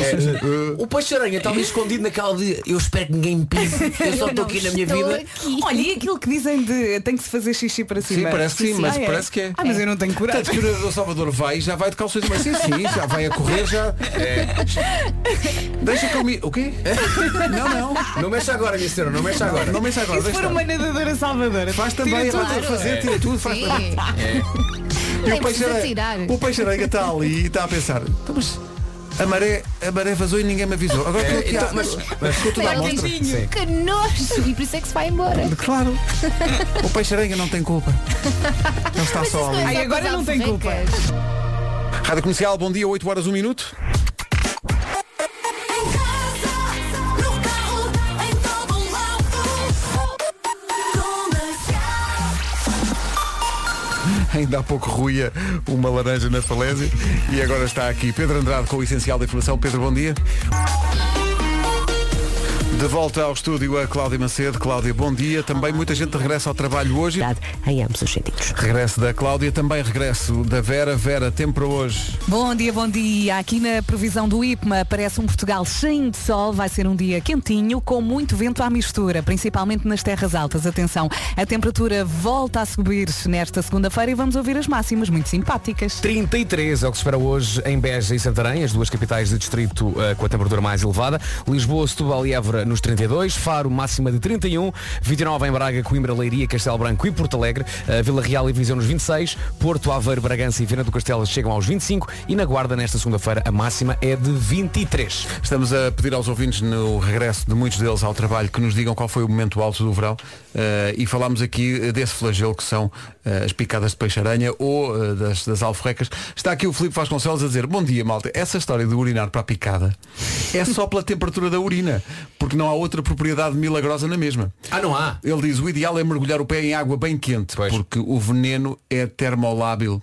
D: O peixe-aranha está ali escondido naquela de eu espero que ninguém me
E: *laughs*
D: pise, eu só estou aqui na minha
F: Estou
D: vida.
F: aqui.
E: Olha, e aquilo que dizem de tem que se fazer xixi para cima.
A: parece que sim, mas
E: Ah,
A: parece que é.
E: Ah, mas eu não tenho coragem.
A: Tanto que o nadador Salvador vai e já vai de calções mas sim, sim, já vai a correr, já.
D: É.
G: é.
A: Deixa comigo. O quê? Não, não.
D: Não mexa agora, minha senhora, não mexa agora.
A: Não mexa agora,
E: Se
A: deixa
E: for
A: estar.
E: uma nadadora salvadora.
A: Faz também,
E: tira
A: vai ter
E: tudo.
A: que fazer, tira tudo, faz também.
F: Sim.
D: É.
A: E
F: Nem
A: o peixe
F: precisa
A: aranha-
F: tirar.
A: o peixe-aranha está ali e está a pensar, "Então, mas a maré, a maré vazou e ninguém me avisou.
F: É,
A: Agora estou aqui.
D: então,
A: à-
D: mas-
A: ficou tudo à
F: Era um
A: mostra.
F: beijinho. Que nojo! E por isso é que se vai embora.
A: Claro. O peixe-aranha não tem culpa. Ele está
F: Mas isso
A: só
F: não
A: ali.
F: é só
E: Ai, agora
F: para as
E: não tem culpa.
F: alforrecas.
A: Rádio Comercial, bom dia, 8 horas, 1 minuto. *laughs* Ainda há pouco ruía uma laranja na falésia e agora está aqui Pedro Andrade com o Essencial da Informação. Pedro, bom dia. De volta ao estúdio a Cláudia Macedo. Cláudia, bom dia. Também muita gente regressa ao trabalho hoje.
C: Em ambos os sentidos.
A: Regresso da Cláudia, também regresso da Vera. Vera, tempo para hoje.
E: Bom dia, bom dia. Aqui na previsão do IPMA parece um Portugal cheio de sol. Vai ser um dia quentinho, com muito vento à mistura, principalmente nas terras altas. Atenção, a temperatura volta a subir nesta segunda-feira e vamos ouvir as máximas muito simpáticas.
D: 33 é o que se espera hoje em Beja e Santarém, as duas capitais de distrito eh, com a temperatura mais elevada. Lisboa, Setúbal e Évora nos 32, Faro máxima de 31, 29 em Braga, Coimbra, Leiria, Castelo Branco e Porto Alegre, eh, Vila Real e Viseu nos 26, Porto, Aveiro, Bragança e Viana do Castelo chegam aos 25 e na Guarda nesta segunda-feira a máxima é de 23.
A: Estamos a pedir aos ouvintes no regresso de muitos deles ao trabalho que nos digam qual foi o momento alto do verão eh, e falámos aqui eh, desse flagelo que são eh, as picadas de peixe-aranha ou eh, das, das alforrecas. Está aqui o Filipe Vasconcelos a dizer, bom dia malta, essa história de urinar para a picada é só pela temperatura da urina, porque não há outra propriedade milagrosa na mesma.
D: Ah, não há?
A: Ele diz, o ideal é mergulhar o pé em água bem quente,
D: Pois.
A: porque o veneno é termolábil.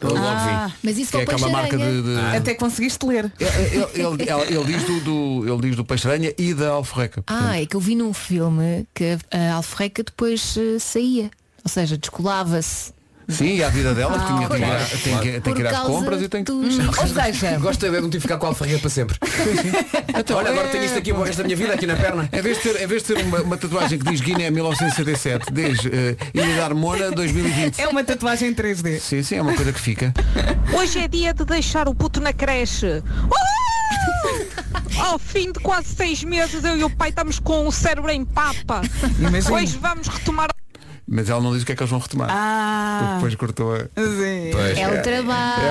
D: Eu logo vi.
F: Ah, Mas isso
A: Que é
F: foi para É
A: aquela
F: o
A: marca de... Ah, de-
E: Até conseguiste ler.
A: Ele, ele- ele- ele diz do, do- ele diz do peixe-aranha e da alforreca.
F: Ah, é que eu vi num filme que a alforreca depois eh, saía. Ou seja, descolava-se.
A: Sim, e a vida dela
E: Ah,
A: que tinha, tem que ir a- tem que- tem
F: Por
A: que ir às
F: causa
A: compras e tem que.
F: dos-
E: Ou seja,
D: Hum. Gosto de ver não tive ficar com a alfarria para sempre. Olha, agora tenho isto aqui, o resto da minha vida aqui na perna.
A: Em vez de ter, em vez de ter uma, uma tatuagem que diz Guiné 1977, diz eh, Ilha da Harmona 2020.
E: *laughs* é uma tatuagem em 3D.
A: Sim, sim, é uma coisa que fica.
H: Hoje é dia de deixar o puto na creche. Uhul! Ao fim de quase seis meses, eu e o pai estamos com o cérebro em papa.
E: Imagino.
H: Hoje vamos retomar
A: Mas ela não diz o que é que eles vão retomar. Porque
E: Ah,
A: Depois cortou a.
E: sim.
F: É o trabalho.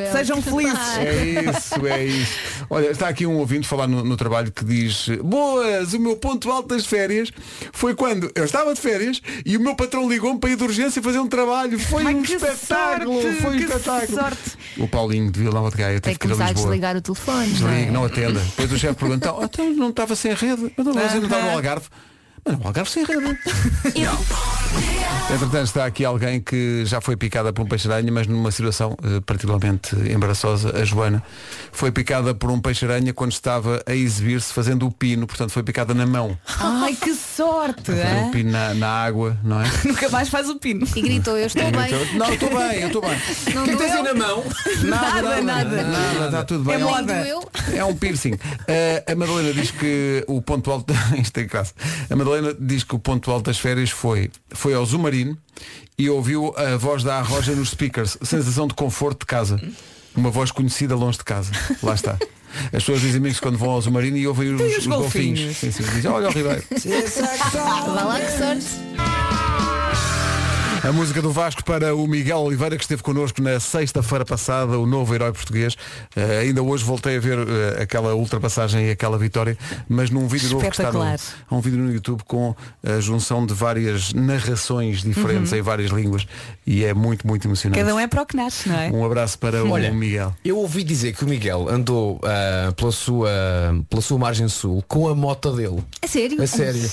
F: é o
E: Sejam
F: trabalho.
E: felizes.
A: É isso, é isso. Olha, está aqui um ouvinte falar no, no trabalho que diz Boas, o meu ponto alto das férias foi quando eu estava de férias e o meu patrão ligou-me para ir de urgência fazer um trabalho. Foi
E: Ai,
A: um
E: que
A: espetáculo,
E: sorte,
A: foi um
E: que
A: espetáculo.
E: sorte.
A: O Paulinho de Vila Nova de Gaia teve
F: Tem que
A: que ir
F: começar
A: a
F: a
A: Lisboa.
F: desligar o telefone. não é?
A: Desligue, não atenda. Depois o chefe pergunta, "Oh, então não estava sem rede? Mas não, você não estava no Algarve? Mas no Algarve sem rede. Entretanto está aqui alguém que já foi picada por um peixe-aranha, mas numa situação eh, particularmente embaraçosa, a Joana. Foi picada por um peixe-aranha quando estava a exibir-se fazendo o pino, portanto foi picada na mão.
E: Ai, que sorte.
A: Fazer
E: hã?
A: o pino na, na água, não é?
E: Nunca mais faz o pino.
F: E gritou, eu estou bem.
A: Então, Não, eu estou bem, eu estou bem.
F: Não
D: O que é que
F: doeu,
D: tens aí na
F: *laughs*
D: mão?
A: Nada, nada, nada, está tudo bem.
E: É
A: um-
E: moda.
F: nem doeu.
A: É um piercing. Uh, a Madalena diz que o ponto alto. *laughs* Isto tem graça. A Madalena diz que o ponto alto das férias foi, foi ao Zumarino e ouviu a voz da Arroja nos speakers. Sensação de conforto de casa. Uma voz conhecida longe de casa. Lá está. As pessoas dizem-me isso quando vão ao Zumarino e ouvem os,
E: Tem os
A: os golfinhos.
E: golfinhos.
A: Sim, sim, dizem, olha o Ribeiro.
F: Vá lá que sorte.
A: A música do Vasco para o Miguel Oliveira, que esteve connosco na sexta-feira passada, o novo herói português. Eh, ainda hoje voltei a ver eh, aquela ultrapassagem e aquela vitória, mas num vídeo novo que está no,
E: Espetacular.
A: há um vídeo no YouTube com a junção de várias narrações diferentes em várias línguas e é muito, muito emocionante.
E: Uhum. Cada um é para o que nasce, não é?
A: Um abraço para o
D: Olha,
A: Miguel.
D: Eu ouvi dizer que o Miguel andou ah, pela, sua, pela sua margem sul com a moto dele.
F: A sério?
D: A sério.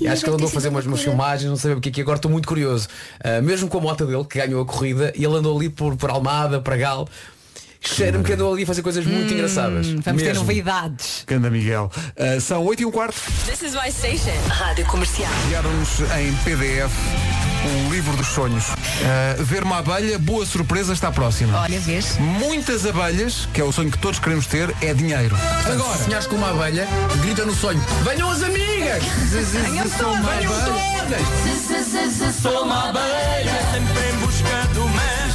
D: E acho que ele andou a fazer umas, umas filmagens, não sei bem o que é que é. agora estou muito curioso. Ah, mesmo com a moto dele, que ganhou a corrida, e ele andou ali por, por Almada, para Gal. Cheira-me que andou ali a fazer coisas
I: Hum,
D: muito engraçadas.
E: Hum, Vamos ter um
D: Mesmo.
E: novidades.
A: Canda Miguel. Ah, são 8 e um quarto.
J: This is my station. Rádio Comercial.
A: Enviaram-nos em PDF um livro dos sonhos. Ah, ver uma abelha, boa surpresa, está próxima.
F: Olha, vês?
A: Muitas abelhas, que é o sonho que todos queremos ter, é dinheiro.
K: Agora, se sonhares com uma abelha, grita no sonho. Venham as amigas! Venham todas! Sou uma abelha, sempre em busca do mais.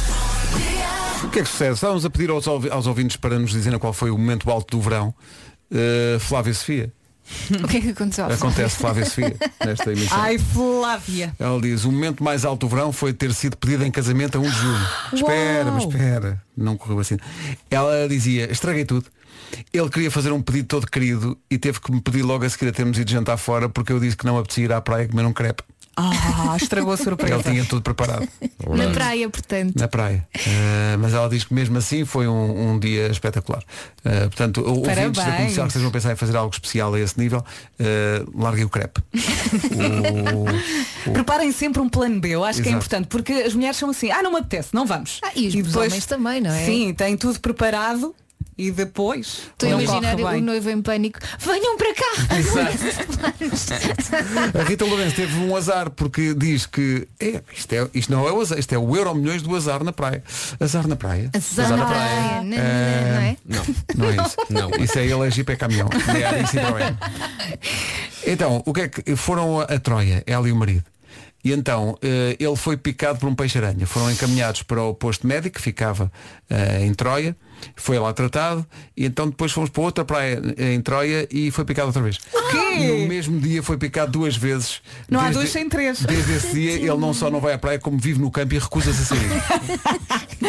A: O que é que sucede? Estávamos a pedir aos, ouvi- aos ouvintes para nos dizerem qual foi o momento alto do verão. Ah, Flávia Sofia.
F: O que é que aconteceu?
A: Hum. Acontece Flávia Sofia nesta emissão.
E: Ai, Flávia.
A: Ela diz, o momento mais alto do verão foi ter sido pedida em casamento a 1 de julho. Espera, mas espera. Não correu assim. Ela dizia, estraguei tudo. Ele queria fazer um pedido todo querido e teve que me pedir logo a seguir a termos ido jantar fora porque eu disse que não apetecia ir à praia comer um crepe.
E: Ah, estragou a
A: Ele
E: surpresa.
A: tinha tudo preparado
F: Na praia, portanto.
A: na praia. Eh, mas ela diz que mesmo assim foi um, um dia espetacular. Eh, portanto, o- ouvintes da
E: Parabéns.
A: comercial que estejam a pensar em fazer algo especial a esse nível, eh, larguem o crepe.
E: Preparem sempre um plano B, eu acho que é
A: Exato.
E: importante, porque as mulheres são assim, ah, não me apetece, não vamos.
F: Ah, e os homens também, não é?
E: Sim, têm tudo preparado e depois.
F: Estou a
E: não
F: imaginar
E: corre bem.
F: o noivo em pânico. Venham para cá!
A: A Rita Lourenço teve um azar porque diz que é, isto, é, isto não é o azar, isto é o euro milhões do azar na praia. Azar na praia. Ah,
F: Azar na praia. Não, não, não é? *laughs*
A: Não é isso.
D: Não.
A: Isso é ele é Jeep é caminhão. É a Alice Ibrahim. então, o que é que foram a, a Troia, ela e o marido. E então, eh, ele foi picado por um peixe-aranha. Foram encaminhados para o posto médico que ficava eh, em Troia. Foi lá tratado. E então depois fomos para outra praia eh, em Troia e foi picado outra vez. No mesmo dia foi picado duas vezes.
E: Não há
A: Desde-
E: dois sem três.
A: Desde esse dia ele não só não vai à praia como vive no campo e recusa-se a sair.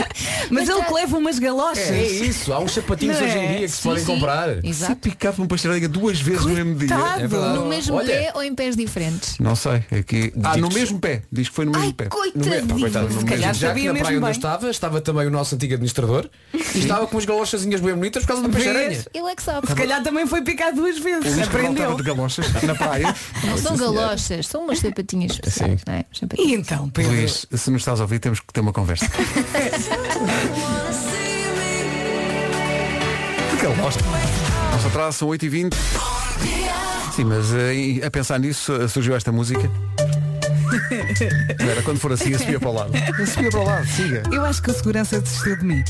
E: *laughs* *laughs* Mas ele que leva umas galochas. *laughs*
D: É isso, há uns sapatinhos
E: Não é?
D: hoje em dia que se podem comprar. É
A: Ser
F: Exato.
A: picado por um peixe-aranha duas vezes no mesmo dia.
E: Coitado.
F: No mesmo
D: Olha.
F: pé ou em pés diferentes?
A: Não sei, é que. Ah, no
D: Diz-te-
A: mesmo pé. Diz que foi no mesmo
F: Ai,
A: pé.
F: coitadinho.
D: Se
E: calhar
D: já que
E: sabia mesmo
D: na praia onde eu
E: bem.
D: estava, estava também o nosso antigo administrador e estava com umas galochazinhas bem bonitas por causa do peixe-aranha.
E: Vês?
F: Ele é que sabe.
E: Se calhar também foi picado duas
A: O
E: vezes.
A: Luís Cabral estava
E: Aprendeu.
A: de galochas na *laughs* praia.
F: Não são galochas, são umas sapatinhas especiais, não é? Sapatinhas.
E: E então, Pedro?
A: Luís, se nos estás a ouvir, temos que ter
D: *laughs*
A: uma conversa. De galochas. Nosso atraso são 8h20. Sim, mas eh, a pensar nisso eh, surgiu esta música. Era quando for assim, eu subia para o lado. Eu subia para o lado, siga.
E: Eu acho que a segurança desistiu de
A: *laughs*
E: mim.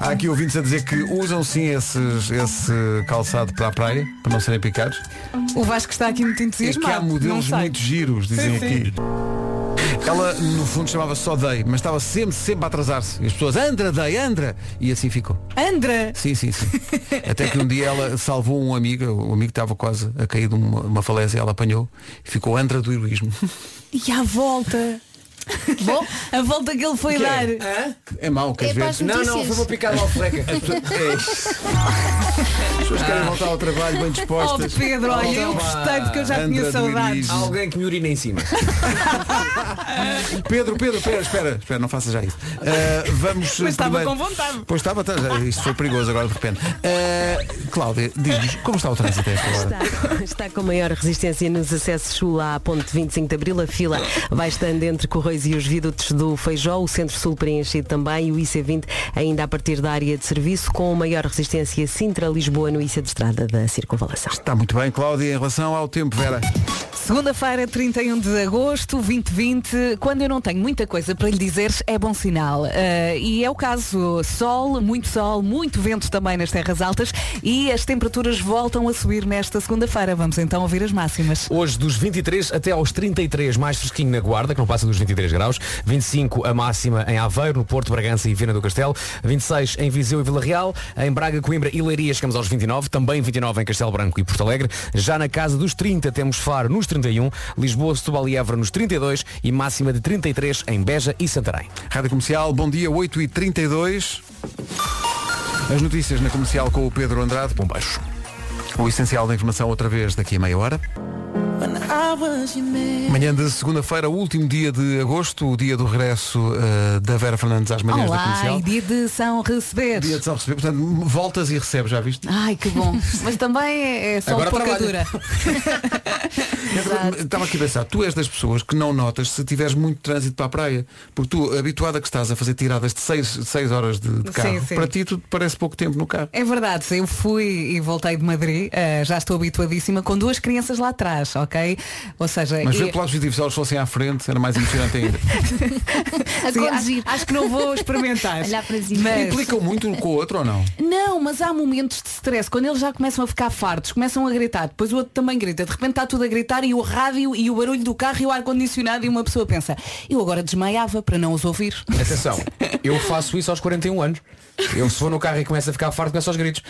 A: Há aqui ouvintes a dizer que usam sim esses, esse calçado para a praia, para não serem picados.
E: O Vasco está aqui muito
A: É que
E: entusiasmado.
A: há modelos
E: não sei.
A: muito giros, dizem
E: Sim,
A: aqui. Ela, no fundo, chamava-se só Day, mas estava sempre, sempre a atrasar-se. E as pessoas, Andra, Day, Andra! E assim ficou.
E: Andra!
A: Sim, sim, sim. Até que um dia ela salvou um amigo, o amigo estava quase a cair de uma, uma falésia, ela apanhou, e ficou Andra do heroísmo.
E: E à volta! Bom, *laughs* a volta que ele foi dar.
A: É mau, que às
F: É para as
A: vezes.
D: Não,
F: notícias. É.
D: não, foi uma picada ao
A: *laughs*
F: *laughs*
D: freca.
A: É
D: É
A: As pessoas querem voltar ao trabalho bem
E: Oh
A: dispostas.
E: Pedro, olha, eu gostei porque eu já
A: Andra do
E: tinha saudades.
A: heroísmo.
D: Há alguém que me urina em cima.
A: *laughs* Pedro, Pedro, Pedro, espera, espera, não faça já isso. Uh, vamos.
E: Mas estava
A: primeiro-
E: com vontade.
A: Pois estava, tá- já- isto foi perigoso agora de repente. Uh, Cláudia, diz-nos, como está o trânsito a esta hora?
C: Está, está com maior resistência nos acessos sul à ponte 25 de Abril. A fila vai estando entre Correios e os viadutos do Feijó. O centro-sul preenchido também. E o IC20 ainda a partir da área de serviço, com maior resistência Sintra-Lisboa no IC de Estrada da Circunvalação.
A: Está muito bem, Cláudia, em relação ao tempo, Vera.
E: Segunda-feira, 31 de agosto, 2020. Quando eu não tenho muita coisa para lhe dizer, é bom sinal. Eh, e é o caso. Sol, muito sol, muito vento também nas terras altas e as temperaturas voltam a subir nesta segunda-feira. Vamos então ouvir as máximas.
D: Hoje dos 23 até aos 33, mais fresquinho na Guarda, que não passa dos 23 graus. 25 a máxima em Aveiro, no Porto, Bragança e Viana do Castelo. 26 em Viseu e Vila Real. Em Braga, Coimbra e Leiria chegamos aos 29. Também 29 em Castelo Branco e Porto Alegre. Já na casa dos 30 temos Faro nos 31. Lisboa, Setúbal e Évora nos 32. E máxima de 33 em Beja e Santarém.
A: Rádio Comercial, bom dia, 8h32. As notícias na comercial com o Pedro Andrade. Bom baixo. O essencial da informação outra vez daqui a meia hora. Manhã de segunda-feira, último dia de agosto, o dia do regresso eh, da Vera Fernandes às manhãs da
E: Olá,
A: comercial.
E: e
A: *laughs*
E: dia de São Receber.
A: Dia de São Receber, portanto, voltas e recebes, já viste?
E: Ai, que bom.
A: *laughs*
E: Mas também é é só
D: Agora
E: pouca
D: trabalha.
E: dura. Exato.
A: Estava aqui a pensar, tu és das pessoas que não notas se tiveres muito trânsito para a praia, porque tu, habituada que estás a fazer tiradas de 6 horas de, de
E: Sim,
A: carro,
E: sim.
A: para ti tudo parece pouco tempo no carro.
E: É verdade, eu fui e voltei de Madrid, eh, já estou habituadíssima, com duas crianças lá atrás, ok? Ou seja,
A: Mas
E: e-
A: ver pelo lado positivo, se elas fossem à frente, era mais emocionante ainda.
F: A
E: Sim,
F: conduzir.
E: acho, acho que não vou experimentar.
F: *laughs* Olhar para
E: *laughs*
F: si.
E: Mas-
A: Implicam muito um com o outro ou não?
E: Não, mas há momentos de stress, quando eles já começam a ficar fartos, começam a gritar, depois o outro também grita, de repente está tudo a gritar e o rádio e o barulho do carro e o ar-condicionado e uma pessoa pensa, eu agora desmaiava para não os
A: *laughs*
E: ouvir.
D: Atenção, eu faço isso aos 41 anos. Eu se for no carro e começo a ficar farto, começo aos gritos.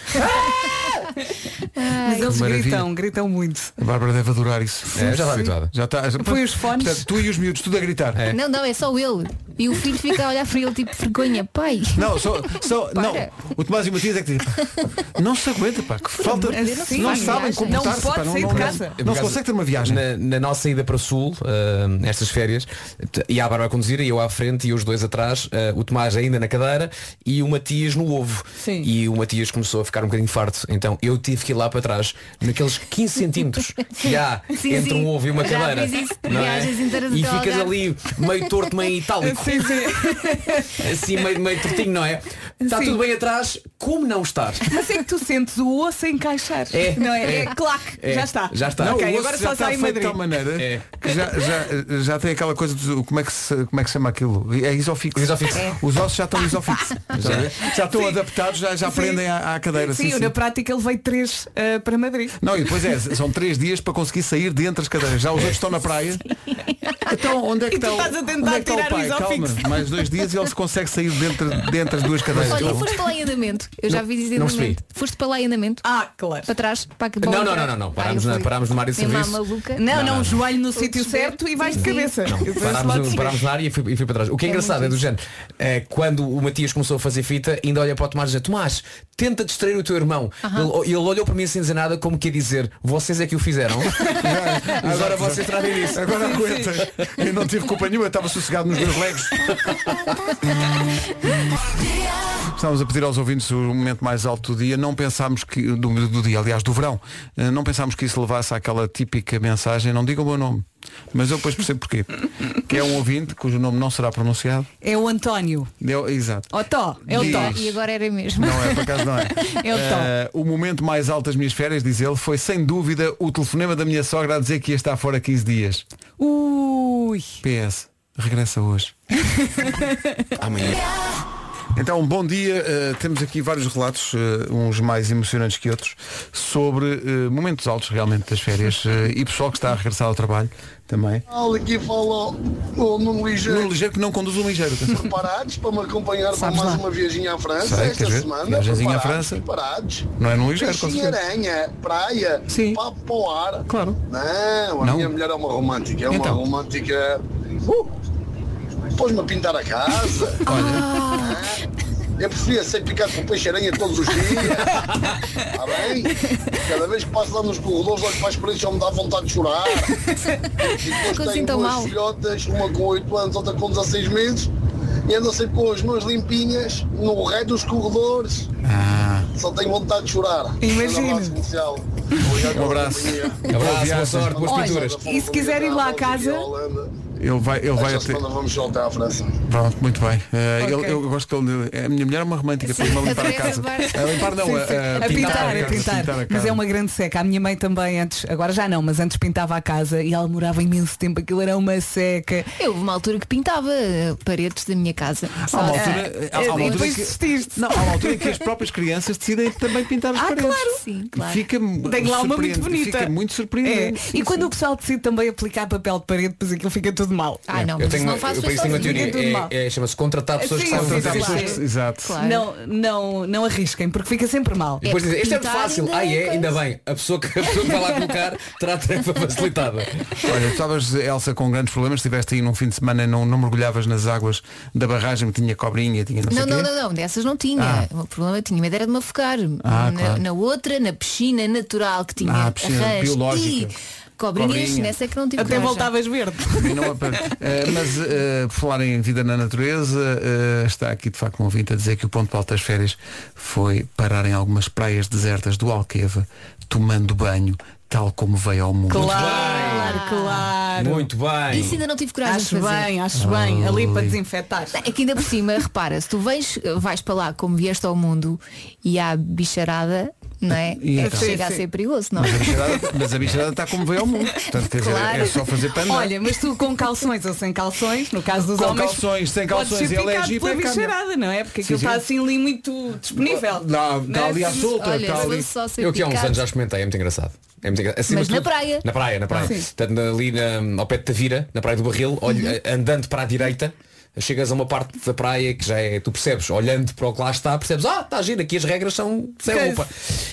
E: mas eles
A: maravilha.
E: gritam, gritam muito.
A: A Bárbara deve adorar isso.
D: É, já está habituada.
A: Já está. já-
E: Põe os fones.
A: Portanto, tu e os miúdos, tudo a gritar.
F: Não, não, é só ele. E o filho fica a olhar para ele tipo vergonha, pai.
A: Não, só,
E: *laughs*
A: só
F: Para.
A: não. O Tomás e o Matias é que dizem, não se aguenta, pá, que falta.
E: amor de Deus, não se
A: não
E: faz
A: sabem
F: viagem.
E: Não
A: comportar-se. pá,
E: pode sair de
A: não, é assim.
E: casa.
A: Não, se consegue ter uma viagem.
D: Na, na nossa ida para o Sul, ah, estas férias, e a Bárbara a conduzir, e eu à frente e os dois atrás, ah, o Tomás ainda na cadeira e o Matias no ovo.
E: Sim.
D: E o Matias começou a ficar um bocadinho farto. Então eu tive que ir lá para trás, naqueles
F: *laughs*
D: 15 centímetros que há
F: Sim,
D: entre
F: sim.
D: um ovo e uma
F: Já
D: cadeira.
F: fiz isso.
D: não é?
F: Viagens inteiras
D: E
F: até ao
D: ficas
F: Algarve.
D: ali meio torto,
F: *laughs*
D: meio itálico.
E: Sim, sim.
D: assim meio, meio tortinho, não é? Está
E: Sim.
D: tudo bem atrás, como não estar?
E: Mas é que tu sentes o osso a encaixar.
D: É,
E: Não é?
D: é.
E: É, claque.
D: É,
E: Já está.
D: já está. Não,
E: Ok,
A: o osso
E: agora
A: já
E: só
A: está
E: sai em
A: feito de
E: Madrid.
A: tal maneira
D: É.
A: que já, já, já tem aquela coisa do como é que se, como é que se chama aquilo? É isofixo.
D: Isofixo. É.
A: Os ossos já estão isofixos. Estás a ver? *laughs* Já estão
E: Sim.
A: adaptados, já, já
E: Sim.
A: prendem à, à cadeira.
E: Sim,
A: sim, sim.
E: na prática ele veio três eh, para Madrid.
A: Não, e depois é, são três dias para conseguir sair de entre as cadeiras. Já os outros estão na praia. *laughs* Então, onde é que
E: E tu
A: está o,
E: estás a tentar
A: onde é que
E: tirar
A: está
E: o
A: o pai?
E: isofixo.
A: Calma, mais dois dias e ele se consegue sair de entre, de entre as duas cadeiras.
F: Olha,
A: Tá
F: e
A: bom.
F: foste para lá em andamento. Eu já vi dizer
D: não
F: andamento. Foste para lá em andamento.
E: Ah,
F: *laughs*
E: claro.
F: Para trás, para que
D: Não, não, não, não, não. Parámos, na, parámos numa área de
F: Uma
D: serviço.
F: maluca.
E: Não, não,
D: não, não.
E: o joelho no
F: Vou
E: sítio
F: desver.
E: certo e vais de
F: Sim.
E: cabeça. Esse lado
D: Parámos,
E: sim.
D: parámos na área e fui, e fui para trás. O que é engraçado é do género. eh, quando o Matias começou a fazer fita, ainda olha para o Tomás e diz, Tomás, tenta distrair o teu irmão. Ele, ele olhou para mim sem dizer nada, como que a dizer, vocês é que o *laughs* fizeram. Agora vocês trazem isso.
A: Agora aguenta. Eu não tive culpa nenhuma, eu estava sossegado nos meus
E: *laughs*
A: legos. Estávamos a pedir aos ouvintes o momento mais alto do dia. Não pensámos que. Do, do dia, aliás, do verão. Eh, Não pensámos que isso levasse àquela típica mensagem, não digam o meu nome. Mas eu depois percebo porquê. Que é um ouvinte cujo nome não será pronunciado.
E: É o António.
A: Deu- exato.
E: O Tó. É o
A: Diz.
E: Tó.
F: E agora era mesmo.
A: Não é, por acaso não é.
E: *laughs* É o Tó.
A: Eh, o momento mais alto das minhas férias, diz ele, foi sem dúvida o telefonema da minha sogra a dizer que ia estar fora 15 dias.
E: Ui.
D: É,
A: PS, regressa hoje. Amanhã. Então, bom dia. Uh, temos aqui vários relatos, uh, uns mais emocionantes que outros, sobre uh, momentos altos realmente das férias uh, e pessoal que está a regressar ao trabalho também.
L: Aqui fala o Nuno Ligeiro
A: No ligeiro que não conduz um ligeiro.
L: preparados para me acompanhar para
E: Sabes
L: mais
E: lá.
L: uma viagem à França
A: Sei,
L: esta
A: quer ver?
L: semana.
A: Viagenzinha à
L: preparados,
A: França.
L: Preparados.
A: Não é num ligeiro, com
L: Peixinho,
A: certeza.
L: aranha, praia,
A: Sim.
L: papo para o ar.
A: Claro.
L: Não, a
A: Não.
L: minha mulher é uma romântica, é uma
A: Então.
L: romântica. Uh, Pôs-me a pintar a casa. Não. Eu preferia ser picado por peixe-aranha todos os dias. Está bem? Cada vez que passo lá nos corredores, olho para as paredes, só me dá vontade de chorar. E
F: Ficou
L: depois
F: assim
L: tenho
F: tão
L: duas
F: mal.
L: filhotas, uma com 8 anos, outra com 16 meses, e ando sempre com as mãos limpinhas no rei dos corredores.
A: Ah.
L: Só tenho vontade de chorar.
E: Imagino.
L: Um abraço comercial. Obrigado
A: Um
L: pela
A: abraço.
L: companhia.
D: Abraço, boa
A: viagem.
D: sorte, boas
E: Olha,
D: pinturas.
E: E se quiser ir lá à casa?
A: Ele vai, ele vai
L: Vai
A: até.
L: Vamos voltar à França.
A: Pronto, muito bem. Uh,
E: Ok.
A: ele- eu gosto que ele. é, A minha mulher é uma romântica,
F: Sim,
A: fez-me a limpar a
F: adorei
A: casa.
F: limpar.
A: A limpar não, a,
E: Sim, sim.
A: a assim,
E: A pintar,
A: casa,
E: a pintar. Mas é uma grande seca. A minha mãe também antes, agora já não, mas antes pintava a casa e ela demorava imenso tempo. Aquilo era uma seca.
F: Eu houve uma altura que pintava eh, paredes da minha casa. Eh,
A: Há
F: Só-
A: Ah, uma altura, ah, há- há
E: É.
A: uma
E: e
A: altura
E: depois
A: que-
E: desististe.
A: Não, há uma altura em que as próprias crianças decidem também pintar as
E: Ah,
A: paredes.
E: claro.
F: Sim, claro.
A: Fica,
E: Tenho lá uma muito
A: surpreendente,
E: bonita.
A: Fica muito
E: É.
A: surpreendente.
E: E quando o pessoal decide também aplicar papel de parede, depois aquilo fica tudo mal.
F: Ah,
D: É.
F: não,
D: eu
F: mas
D: tenho,
F: não
D: eu
F: faço
D: para isso tenho uma
F: sozinha.
E: tudo
D: teoria,
E: mal.
D: é, é- chama-se contratar pessoas
E: Sim,
D: que
E: sim,
D: sabem
A: Contratar
D: fazer
E: sim,
D: isso.
A: pessoas que-
E: sim. É
A: Exato.
F: Claro.
E: Não, não, não arrisquem, porque fica sempre mal.
D: E depois dizem, este é muito
F: pintar
D: fácil.
F: ainda
D: Ah,
F: é
D: é,
F: coisa.
D: ainda bem. A pessoa que, a pessoa que vai lá colocar terá tarefa facilitada.
A: Olha, tu estavas, Elsa, com grandes problemas, estiveste aí num fim de semana e não, não mergulhavas nas águas da barragem, tinha cobrinha, tinha não, sei
F: Não,
A: o quê.
F: não, não, não, dessas não tinha. O problema tinha medo era de me afogar.
A: Ah,
F: na,
A: claro.
F: na outra, na piscina natural que tinha
A: Ah, piscina
F: arranjo.
A: biológica.
F: E Cobrinhas,
A: Cobrinha.
F: nessa é que não tive
E: Até
F: coragem.
E: voltavas verde.
A: E não aperto. Eh, mas eh, por falar em vida na natureza, eh, está aqui de facto um ouvinte a dizer que o ponto de altas férias foi parar em algumas praias desertas do Alqueva, tomando banho, tal como veio ao mundo.
E: Claro, claro.
D: Muito bem.
F: Isso ainda não tive coragem
E: Acho
F: de fazer.
E: bem, acho bem. Ali para desinfetar.
F: É que ainda por cima, repara, se tu vens, vais para lá como vieste ao mundo e há bicharada, não é?
A: E
F: É
A: então?
F: que chega
E: Sim,
F: a
E: sim.
F: ser perigoso, não é?
A: Mas a bicharada- Mas a bicharada está como veio ao mundo. Portanto, quer dizer,
F: Claro.
A: é só fazer para andar.
E: Olha, mas tu com calções ou sem calções, no caso dos
A: Com
E: homens.
A: calções, sem
E: podes
A: calções,
E: ser
A: ele é
E: picado
A: jipe,
E: pela
A: é câmbio.
E: bicharada, não é? Porque
A: Sim,
E: aquilo está
A: sim.
E: assim ali muito
D: Ah,
E: disponível.
A: Não,
E: Não
A: está
E: é?
A: ali à solta,
F: Olha,
A: está
F: se
A: ali.
F: fosse só ser
D: Eu que há uns
F: picado.
D: anos já experimentei, é muito engraçado. É muito engraçado. Acima
F: Mas
D: de
F: na
D: tudo-
F: praia.
D: Na praia, na praia.
E: Sim.
D: Portanto, ali na, ao pé de Tavira, na praia do Barril,
F: Uhum.
D: olha, eh, andando para a direita, chegas a uma parte da praia que já é, tu percebes, olhando para o que lá está, percebes, ah, está giro, aqui as regras são sem
E: Que-
D: roupa.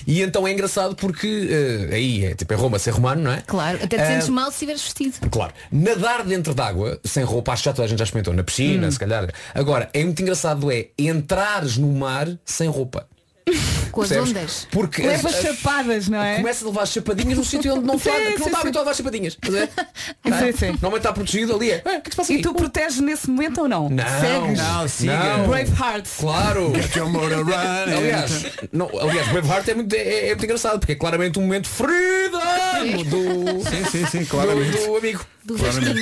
D: E então é engraçado porque eh, aí é tipo é Roma ser romano, não é?
F: Claro, até te
D: Ah,
F: sentes mal se estiveres vestido.
D: Claro, nadar dentro d'água sem roupa, acho que já toda a gente já experimentou, na
E: Hum.
D: piscina, se calhar. Agora, é muito engraçado é entrares no mar sem roupa.
F: Com as
D: percebes?
F: ondas.
D: Porque as-
E: Leva
D: as-
E: chapadas, não é?
D: começa a levar chapadinhas no sítio onde não,
E: Sim,
D: fala, que
E: sim,
D: não está
E: sim.
D: habituado a levar chapadinhas. Estás
E: *laughs*
D: a ver? Tá?
E: Sim, sim.
D: Normalmente está protegido ali. É, "Ah, o que é que se passa
E: E
D: aqui?
E: tu proteges nesse momento ou não?
D: Não,
E: Segues.
A: tipo assim, Não, siga.
D: Não.
E: Braveheart.
D: Claro.
A: *laughs* Get your motor running.
D: Aliás, não, aliás, Braveheart é muito, é, é muito engraçado porque é claramente um momento freedom do,
A: Sim, sim, sim,
D: do,
A: claramente.
D: do amigo.
F: Do Vasquinho.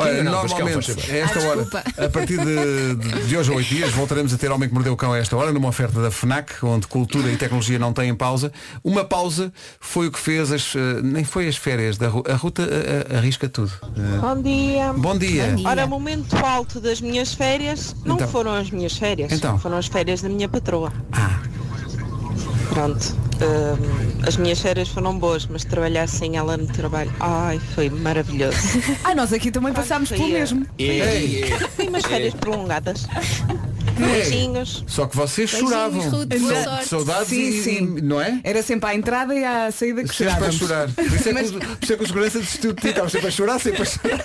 A: Olha,
D: Não,
A: normalmente,
D: Vasco,
A: a é esta
F: Ah,
A: hora,
F: desculpa.
A: a partir de, de- de hoje a oito dias, voltaremos a ter Homem que Mordeu o Cão a esta hora, numa oferta da FNAC, onde cultura e tecnologia não têm pausa. Uma pausa foi o que fez as. eh, Nem foi as férias da Ru- A Ruta eh, eh, arrisca tudo. Eh,
H: Bom dia.
A: Bom dia.
F: Bom dia.
H: Ora, momento alto das minhas férias não
A: Então.
H: foram as minhas férias,
A: Então.
H: foram as férias da minha patroa.
A: Ah.
H: Pronto. hum, as minhas férias foram boas, mas trabalhar sem ela no trabalho, ai, foi maravilhoso.
E: *laughs* Ah, nós aqui também passámos pelo
H: Ai,
E: mesmo.
D: Ei,
H: Foi umas férias prolongadas. Beijinhos.
A: Só que vocês
F: Beijinhos,
A: choravam.
F: Ruth, boa
A: Sa-
F: sorte.
A: Saudades
E: Sim,
A: e,
E: sim.
A: e- não é?
E: Era sempre à entrada e à saída que
A: Sempre para
E: chegávamos. *laughs*
A: chorar. Por isso é que, o, por isso é que o segurança desistiu de ti. Estavas sempre a chorar, sempre a chorar.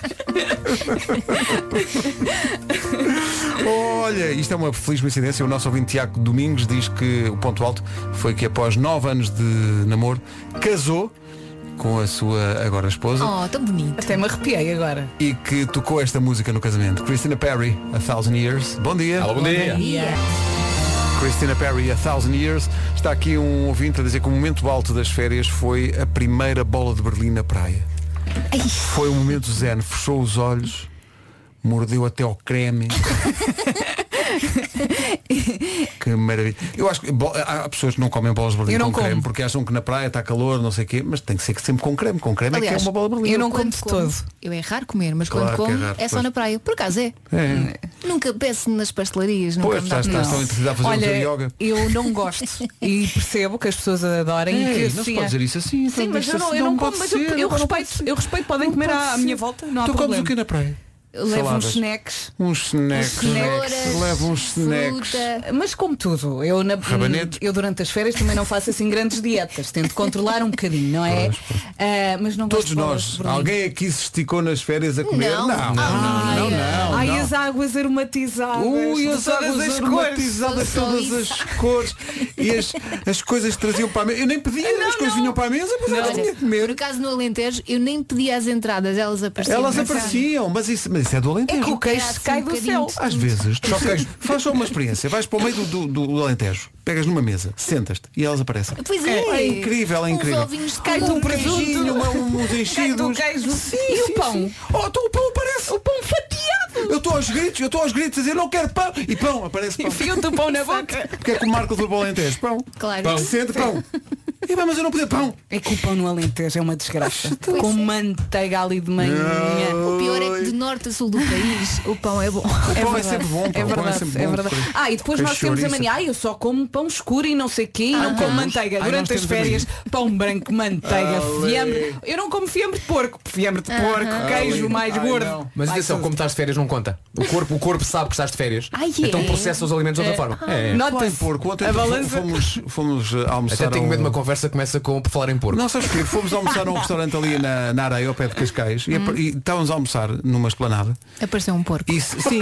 A: Olha, isto é uma feliz coincidência. O nosso ouvinte Tiago Domingos diz que o ponto alto foi que após nove anos de namoro, casou com a sua agora esposa
F: Oh, tão bonito.
E: Até me arrepiei agora.
A: e que tocou esta música no casamento. Christina Perry, A Thousand Years. Bom dia.
D: Alô, bom dia.
A: Christina Perry, A Thousand Years. Está aqui um ouvinte a dizer que o momento alto das férias foi a primeira bola de Berlim na praia.
F: Ai.
A: Foi um momento zen. Fechou os olhos, mordeu até ao creme. que maravilha. Eu acho que bo- há pessoas que não comem bolas de Berlim
E: Eu
A: com
E: não
A: creme
E: como.
A: porque acham que na praia está calor, não sei o quê, mas tem que ser que sempre com creme. Com creme é que é
F: Aliás,
A: uma bola de Berlim.
E: eu não como
F: Quando
E: de todo.
F: Eu é raro comer, mas
A: Claro que
F: quando como
A: é
F: é,
A: raro,
F: só
A: pois.
F: na praia. Por acaso é.
A: É.
F: Nunca peço nas pastelarias, nunca
A: Pois,
F: me dá
A: estás, estás tão
F: Não.
A: interessado a fazer um o
E: Olha,
A: teu yoga.
E: eu não
F: *laughs*
E: gosto e percebo que as pessoas adorem e que
A: Ei, não se
E: assim
A: pode
E: é.
A: dizer isso assim. então
E: Sim, mas
A: deixa-se-
E: eu não, eu não,
A: pode
E: como, mas eu,
A: ser,
E: eu
A: não pode
E: respeito,
A: ser.
E: eu respeito, podem
A: Não
E: comer
A: pode
E: à, à
A: ser.
E: minha volta, não há
A: tu
E: problema.
A: comes o que na praia?
E: Levo uns
A: Saladas.
E: snacks.
A: Uns snacks.
F: Cenouras,
A: Leva uns snacks.
F: fruta.
E: Mas como tudo, eu, na,
A: Rabanete.
E: eu durante as férias também não faço assim grandes dietas, tento controlar um bocadinho, não é? Ah, mas não gosto
A: Todos
E: de bolas de
A: nós.
E: Berlim.
A: Alguém aqui se esticou nas férias a comer?
F: Não.
A: não, não. não, não,
E: Ai,
A: não.
E: as águas aromatizadas.
A: Ui,
E: de
A: as
E: todas
A: águas
E: as cores.
A: aromatizadas
F: Só
A: todas
F: isso.
A: as cores e as, as coisas traziam para a mesa. Eu nem pedia, as coisas vinham para a mesa, mas eu não tinha
F: Olha,
A: que comer.
F: por acaso no Alentejo eu nem pedi as entradas, elas apareciam.
A: Elas apareciam, mas isso, mas isso é do
E: É que
A: Alentejo.
E: o queijo
F: Era
E: se
F: assim
E: cai
F: um
E: do
F: bocadinho
E: céu.
F: de-
A: Às vezes, tu só- faz só uma experiência, vais para o meio do, do, do Alentejo, pegas numa mesa, sentas-te e elas aparecem.
F: Pois é,
A: é incrível, é incrível.
F: Uns ovinhos de
E: Cai-te um
F: coco.
E: presunto.
A: Beijinho, uma- uns
E: Cai do
A: enchidos.
E: queijo. e o pão?
A: Oh, então o pão aparece. O pão fatiado. Eu estou aos gritos, eu estou aos gritos a dizer não quero pão. E pão, aparece pão.
E: Enfia-te o pão na boca.
A: Porque é que o Marco do Bola Alentejo? Pão.
F: Claro.
A: Pão.
E: *laughs*
A: Sente pão. E bem, mas eu não podia pão.
E: É que o pão no Alentejo é uma desgraça.
A: *laughs*
E: Com manteiga ali de manhã.
F: O pior é que de norte a sul do país o pão é bom.
A: O pão é,
E: verdade.
A: sempre bom. pá.
E: É
A: o pão é
E: verdade,
A: sempre
E: é
A: bom.
E: verdade. Ah, e depois
A: Com
E: nós temos a
A: chouriça.
E: mania, ah, eu só como pão escuro e não sei o quê, e não como manteiga.
A: Ah, nós
E: Durante as
A: temos a mania.
E: férias, pão branco, manteiga,
A: Ale.
E: fiambre. Eu não como fiambre de porco, fiambre de porco, queijo
A: Ale.
E: mais
A: Ai,
E: gordo.
A: não.
D: Mas
E: Vai
D: atenção,
E: tudo.
D: como estás de férias não conta. O corpo, o corpo sabe que estás de férias.
F: Ai, é?
D: Então processa os alimentos de outra forma. É.
A: Falar em
E: Nota-se.
A: porco. Ontem
E: Ah, A balança.
A: fomos, fomos eh, almoçar.
D: Até tenho medo de
A: a
D: uma
A: um-
D: conversa que começa com por falar em
E: *laughs*
D: porco.
E: Hum.
A: Não sabes porquê? Fomos almoçar a um restaurante ali na, na areia, ao pé de Cascais, e, a- e estávamos a almoçar numas esplanada.
F: Apareceu um porco.
A: Isso, sim.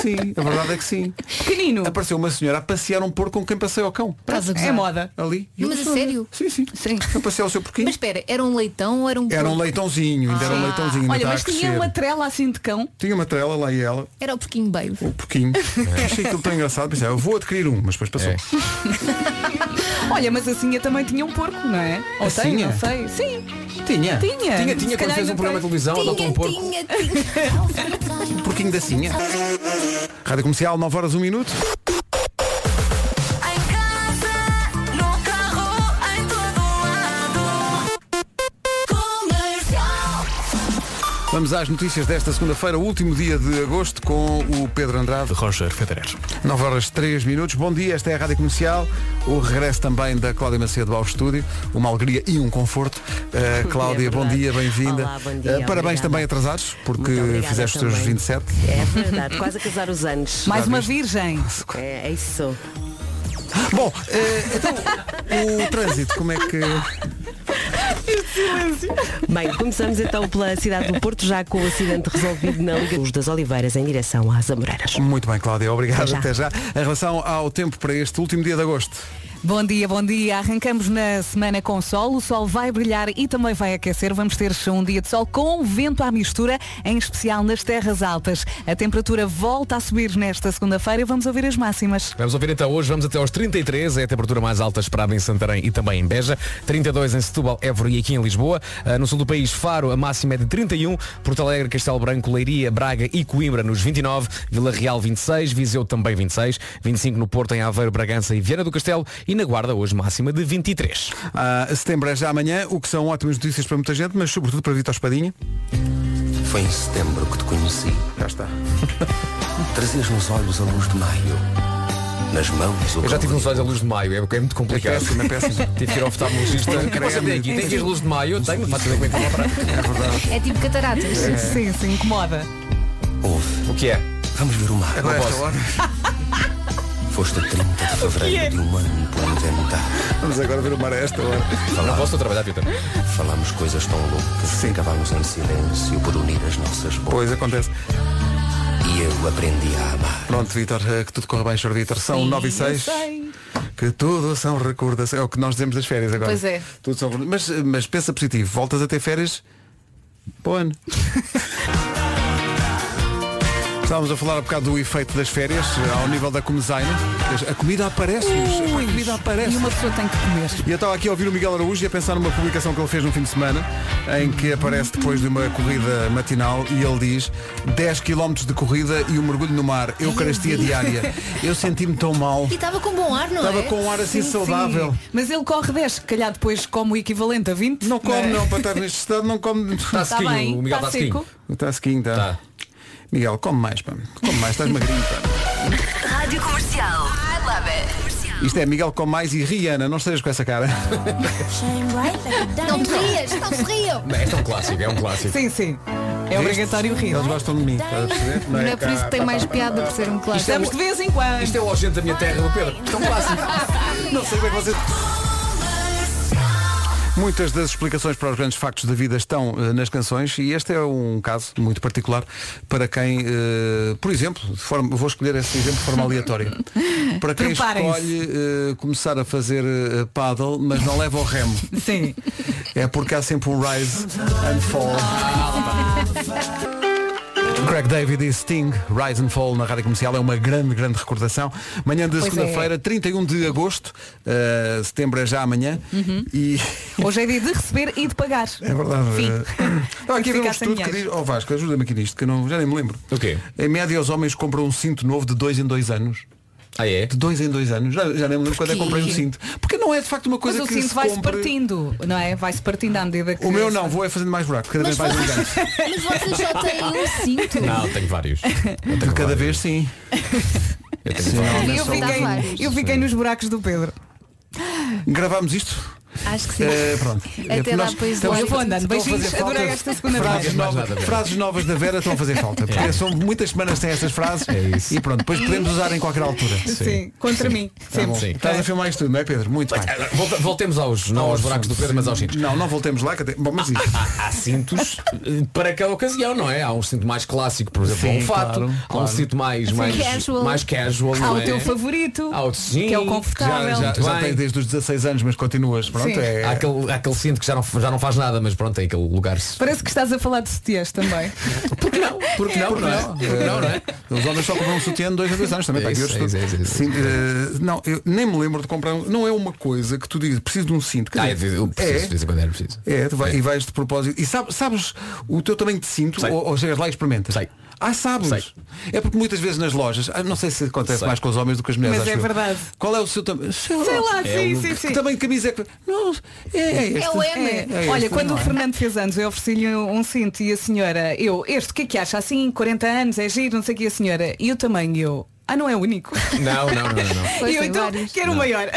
A: sim, a verdade é que sim.
E: Pequenino.
A: Apareceu uma senhora a passear um porco com quem passei ao cão.
F: Estás a gozar.
E: É moda.
A: Ali. E eu
F: *laughs* Mas a
A: disse, olha,
F: sério?
A: Sim, sim.
E: Sim.
A: Eu passei ao seu porquinho.
F: Mas espera, era um leitão ou era um
A: Era um
F: porco? Ah.
A: leitãozinho, ainda era um
E: Ah.
A: leitãozinho. ainda
E: Olha,
A: estava
E: mas
A: a
E: tinha
A: crescer.
E: uma trela assim de cão.
A: Tinha uma trela lá e ela,
F: Era o porquinho baby.
E: *laughs*
A: o porquinho. Achei aquilo tão engraçado, pensei, eu vou adquirir um, mas depois passou.
D: É.
E: Olha, mas a Sinha também tinha um porco, não é? Ou
A: A
E: tem,
A: Sinha?
E: não sei. Sim. Tinha.
A: Tinha.
D: Tinha,
E: Se
D: tinha, quando
E: calhar
D: fez
E: ainda
D: um programa de
E: tem.
D: televisão, adotou um porco.
F: tinha, tinha.
E: *laughs*
A: Um porquinho da Sinha. Rádio Comercial, 9 horas 1 minuto.
J: Em casa, no carro, em todo lado. Comercial.
A: Vamos às notícias desta segunda-feira, último dia de agosto, com o Pedro Andrade.
B: de Roger Federer.
A: 9 horas 3 minutos. Bom dia, esta é a Rádio Comercial. O regresso também da Cláudia Macedo ao estúdio. Uma alegria e um conforto. Uh, Cláudia,
C: É
A: bom
C: verdade.
A: dia, bem-vinda.
C: Olá, bom dia,
A: Uh, parabéns
C: obrigada.
A: também atrasados, porque
C: Muito obrigada
A: fizeste os teus
C: também.
A: 27.
C: É verdade, quase a casar os anos.
E: Mais
A: Já
E: uma
A: viste?
E: virgem.
C: É, é isso.
A: Bom, eh, então, o trânsito, como é que...
C: Bem, começamos então pela cidade do Porto, já com o acidente resolvido na Liga dos das Oliveiras em direção às Amoreiras.
A: Muito bem, Cláudia, obrigado. Até
C: Até
A: já. Em relação ao tempo para este último dia de agosto,
E: Bom dia, bom dia. Arrancamos na semana com sol. O sol vai brilhar e também vai aquecer. Vamos ter um dia de sol com vento à mistura, em especial nas terras altas. A temperatura volta a subir nesta segunda-feira e vamos ouvir as máximas.
D: Vamos ouvir então hoje, vamos até aos 33, é a temperatura mais alta esperada em Santarém e também em Beja, 32 em Setúbal, Évora e aqui em Lisboa, Ah, no sul do país Faro a máxima é de 31, Porto Alegre, Castelo Branco, Leiria, Braga e Coimbra nos 29, Vila Real 26, Viseu também 26, 25 no Porto, em Aveiro, Bragança e Viana do Castelo e na Guarda hoje máxima de 23.
A: ah, setembro é já amanhã, o que são ótimas notícias para muita gente, mas sobretudo para Vitor Espadinha.
K: Foi em setembro que te conheci. *laughs*
A: Já está.
K: Trazias nos olhos a luz de maio. Nas mãos o
D: Eu já tive
K: calor.
D: nos olhos a luz de maio, é, é muito complicado.
A: É péssimo, é péssimo.
D: *laughs* tive que ir ao oftalmologista. Você tem aqui, tem aqui as luzes de maio, eu tenho, não faço ideia como é que vou comprar.
F: É tipo cataratas.
E: Sim, sim, incomoda.
K: Ouve,
D: O que é?
K: vamos ver o mar.
A: Agora é
D: Não
A: esta
D: posso.
A: hora.
K: Foste a 30 de fevereiro de um ano para inventar.
A: Vamos agora ver o mar a esta hora.
D: Não posso trabalhar, Vitor.
K: Falámos coisas tão loucas que acabámos em silêncio por unir as nossas bocas.
A: Pois acontece. Então,
K: E eu aprendi a amar.
A: Pronto, Vitor, eh, que tudo corra bem, Sr. Vitor. São 9 um e 6.
E: eu sei.
A: Que tudo são recordações. É o que nós dizemos das férias agora.
F: Pois é.
A: Tudo são... mas, eh, mas pensa positivo. Voltas a ter férias. Bom
E: *laughs*
A: ano. Estávamos a falar um bocado do efeito das férias eh, ao nível da comezaina. A comida aparece-nos. A comida aparece.
E: E uma pessoa tem que comer.
A: E eu estava aqui a ouvir o Miguel Araújo e a pensar numa publicação que ele fez no fim de semana, em que aparece depois de uma corrida matinal e ele diz 10 km de corrida e um mergulho no mar, eucaristia diária. Eu senti-me tão
E: *laughs*
A: mal.
F: E estava com bom ar, não
A: Estava
F: é?
A: com um ar assim
E: Sim,
A: saudável.
E: sim. Mas ele corre 10, se calhar depois come o equivalente a 20.
A: Não come
E: é?
A: não, para estar neste estado não come.
D: Está
E: Está
D: sequinho,
E: bem,
D: o Miguel
E: está
D: está sequinho.
E: seco.
A: Está sequinho, tá.
D: Tá.
A: Miguel, come mais, pá. Come mais, estás magrinho, pá.
J: Rádio Comercial. I love it.
A: Isto é Miguel come mais e Rihanna, não estejas com essa cara.
F: Não te rias, não se riam.
D: Este é um clássico, é um clássico.
E: Sim, sim. É obrigatório rir.
A: Eles gostam de mim, estás a perceber?
F: Não é por isso que tem mais piada por ser
A: é
F: um clássico.
E: Estamos de vez em quando.
D: Isto é o Ogente da minha terra do Pedro. Isto é um clássico.
A: um Não sei bem você. Muitas das explicações para os grandes factos da vida estão eh, nas canções e este é um caso muito particular para quem, eh, por exemplo, de forma, vou escolher esse exemplo
E: *laughs*
A: de forma aleatória, para quem
E: Preparem-se.
A: escolhe eh, começar a fazer eh, paddle mas não leva o remo.
E: *laughs* Sim.
A: É porque há sempre um rise and fall. Craig David e Sting, Rise and Fall na Rádio Comercial é uma grande, grande recordação. Manhã de
F: Pois é.
A: segunda-feira, 31 de agosto, eh, setembro é já amanhã. E
E: Uhum.
A: *laughs*
E: Hoje é dia de receber e de pagar. assim
A: é verdade.
E: Fim.
A: eh, Estava aqui a ver um
E: Ficar sem
A: estudo que diz,
E: dinheiro.
A: oh Vasco, ajuda-me aqui nisto, que eu não, já nem me lembro.
D: O quê?
A: Em média os homens compram um cinto novo de dois em dois anos.
D: Ah, é?
A: De dois em dois anos, já, já nem me lembro quando é que comprei um cinto. Porque não é de facto uma
E: Mas
A: coisa
E: o
A: que
E: cinto
A: se
E: vai-se
A: compre...
E: partindo, não é? Vai-se partindo à medida que.
A: O meu não, vou é fazendo mais buraco, cada
F: Mas
A: vez mais
F: vocês-
A: gigante.
F: *laughs* Mas vocês só têm um
D: *laughs*
F: cinto.
D: Não, tenho vários. Eu tenho
A: De cada
D: vários.
A: vez sim.
D: *laughs* Eu tenho vários.
E: Eu
A: um
F: Só dá vários.
E: fiquei, eu fiquei nos buracos do Pedro.
A: Gravámos isto?
F: Acho que sim.
A: Eh, pronto.
F: Até
A: porque
F: lá,
A: nós
F: pois, é.
A: estamos-
F: lá. Eu vou andando.
A: estão a fazer
E: Beijinhos,
A: falta-
E: adorei esta segunda-feira.
A: frases,
D: Mais
A: novas-
D: nada, É. Vera.
A: frases novas da Vera estão a fazer falta. Porque são muitas semanas sem estas frases
D: É
A: e pronto, depois podemos usar em qualquer altura.
E: Sim, contra mim.
A: Tá bom.
E: Sempre.
A: Estás a filmar isto tudo, não é Pedro? Muito bem.
D: Agora, eh, volta- Voltemos aos, não aos buracos do Pedro, mas aos cintos.
A: Não, não voltemos lá. que até- Bom, mas isto.
D: Há cintos eh, para cada ocasião, não é? Há um cinto mais clássico, por exemplo, há um
A: Sim,
D: fato,
A: claro,
D: há um cinto mais, mais
F: Assim casual.
D: mais casual
E: Há
D: não
E: o
D: é?
E: teu favorito.
D: Há o sim,
E: que é o
D: já,
E: confortável.
D: já,
A: Já
D: já
A: tens
D: tem-
A: desde os 16 anos, mas continuas. Pronto,
E: Sim.
A: é.
D: Há aquele, há aquele cinto que já não, já não faz nada, mas pronto, é aquele lugar.
E: Parece que estás a falar de setias também.
D: Porque não? Porque não, não é? Porque não, não é?
A: Os homens só compram um sutiã de dois a dois anos também.
D: É
A: pá,
D: isso,
A: que
D: é
A: eu
D: isso, é
A: estou-
D: isso, é isso.
A: Sim, eh, não, eu nem me lembro de comprar um. Não é uma coisa que tu dizes, preciso de um cinto. Quer
D: Ah,
A: dizer,
D: eu preciso,
A: é,
D: preciso quando era preciso.
A: é, tu vai- e vais de propósito. E sabes, sabes o teu tamanho de cinto?
D: Sei.
A: Ou, ou chegas lá e experimentas?
D: Sei.
A: Ah, sabes.
D: Sei.
A: É porque muitas vezes nas lojas, ah, não sei se acontece
D: Sei.
A: mais com os homens do que as mulheres.
E: Mas
A: acho
E: é
A: eu.
E: verdade.
A: Qual é o seu tamanho?
E: Sei
A: É
D: É
E: lá, sim,
D: um-
E: sim,
A: Que
E: sim.
A: tamanho de camisa é que. Não, é, é este.
F: o M.
E: É.
A: É
E: Olha,
A: este,
E: quando
A: não
E: o
A: é?
E: Fernando fez anos, eu ofereci-lhe um, um cinto e a senhora, eu, este, o que é que acha? Assim, 40 anos, é giro, não sei o que, a senhora. E o tamanho, eu, ah, não é único.
D: Não, não, não, não.
E: *laughs*
D: não.
F: Pois
E: e eu,
F: tem
E: então,
F: vários.
E: quero o maior.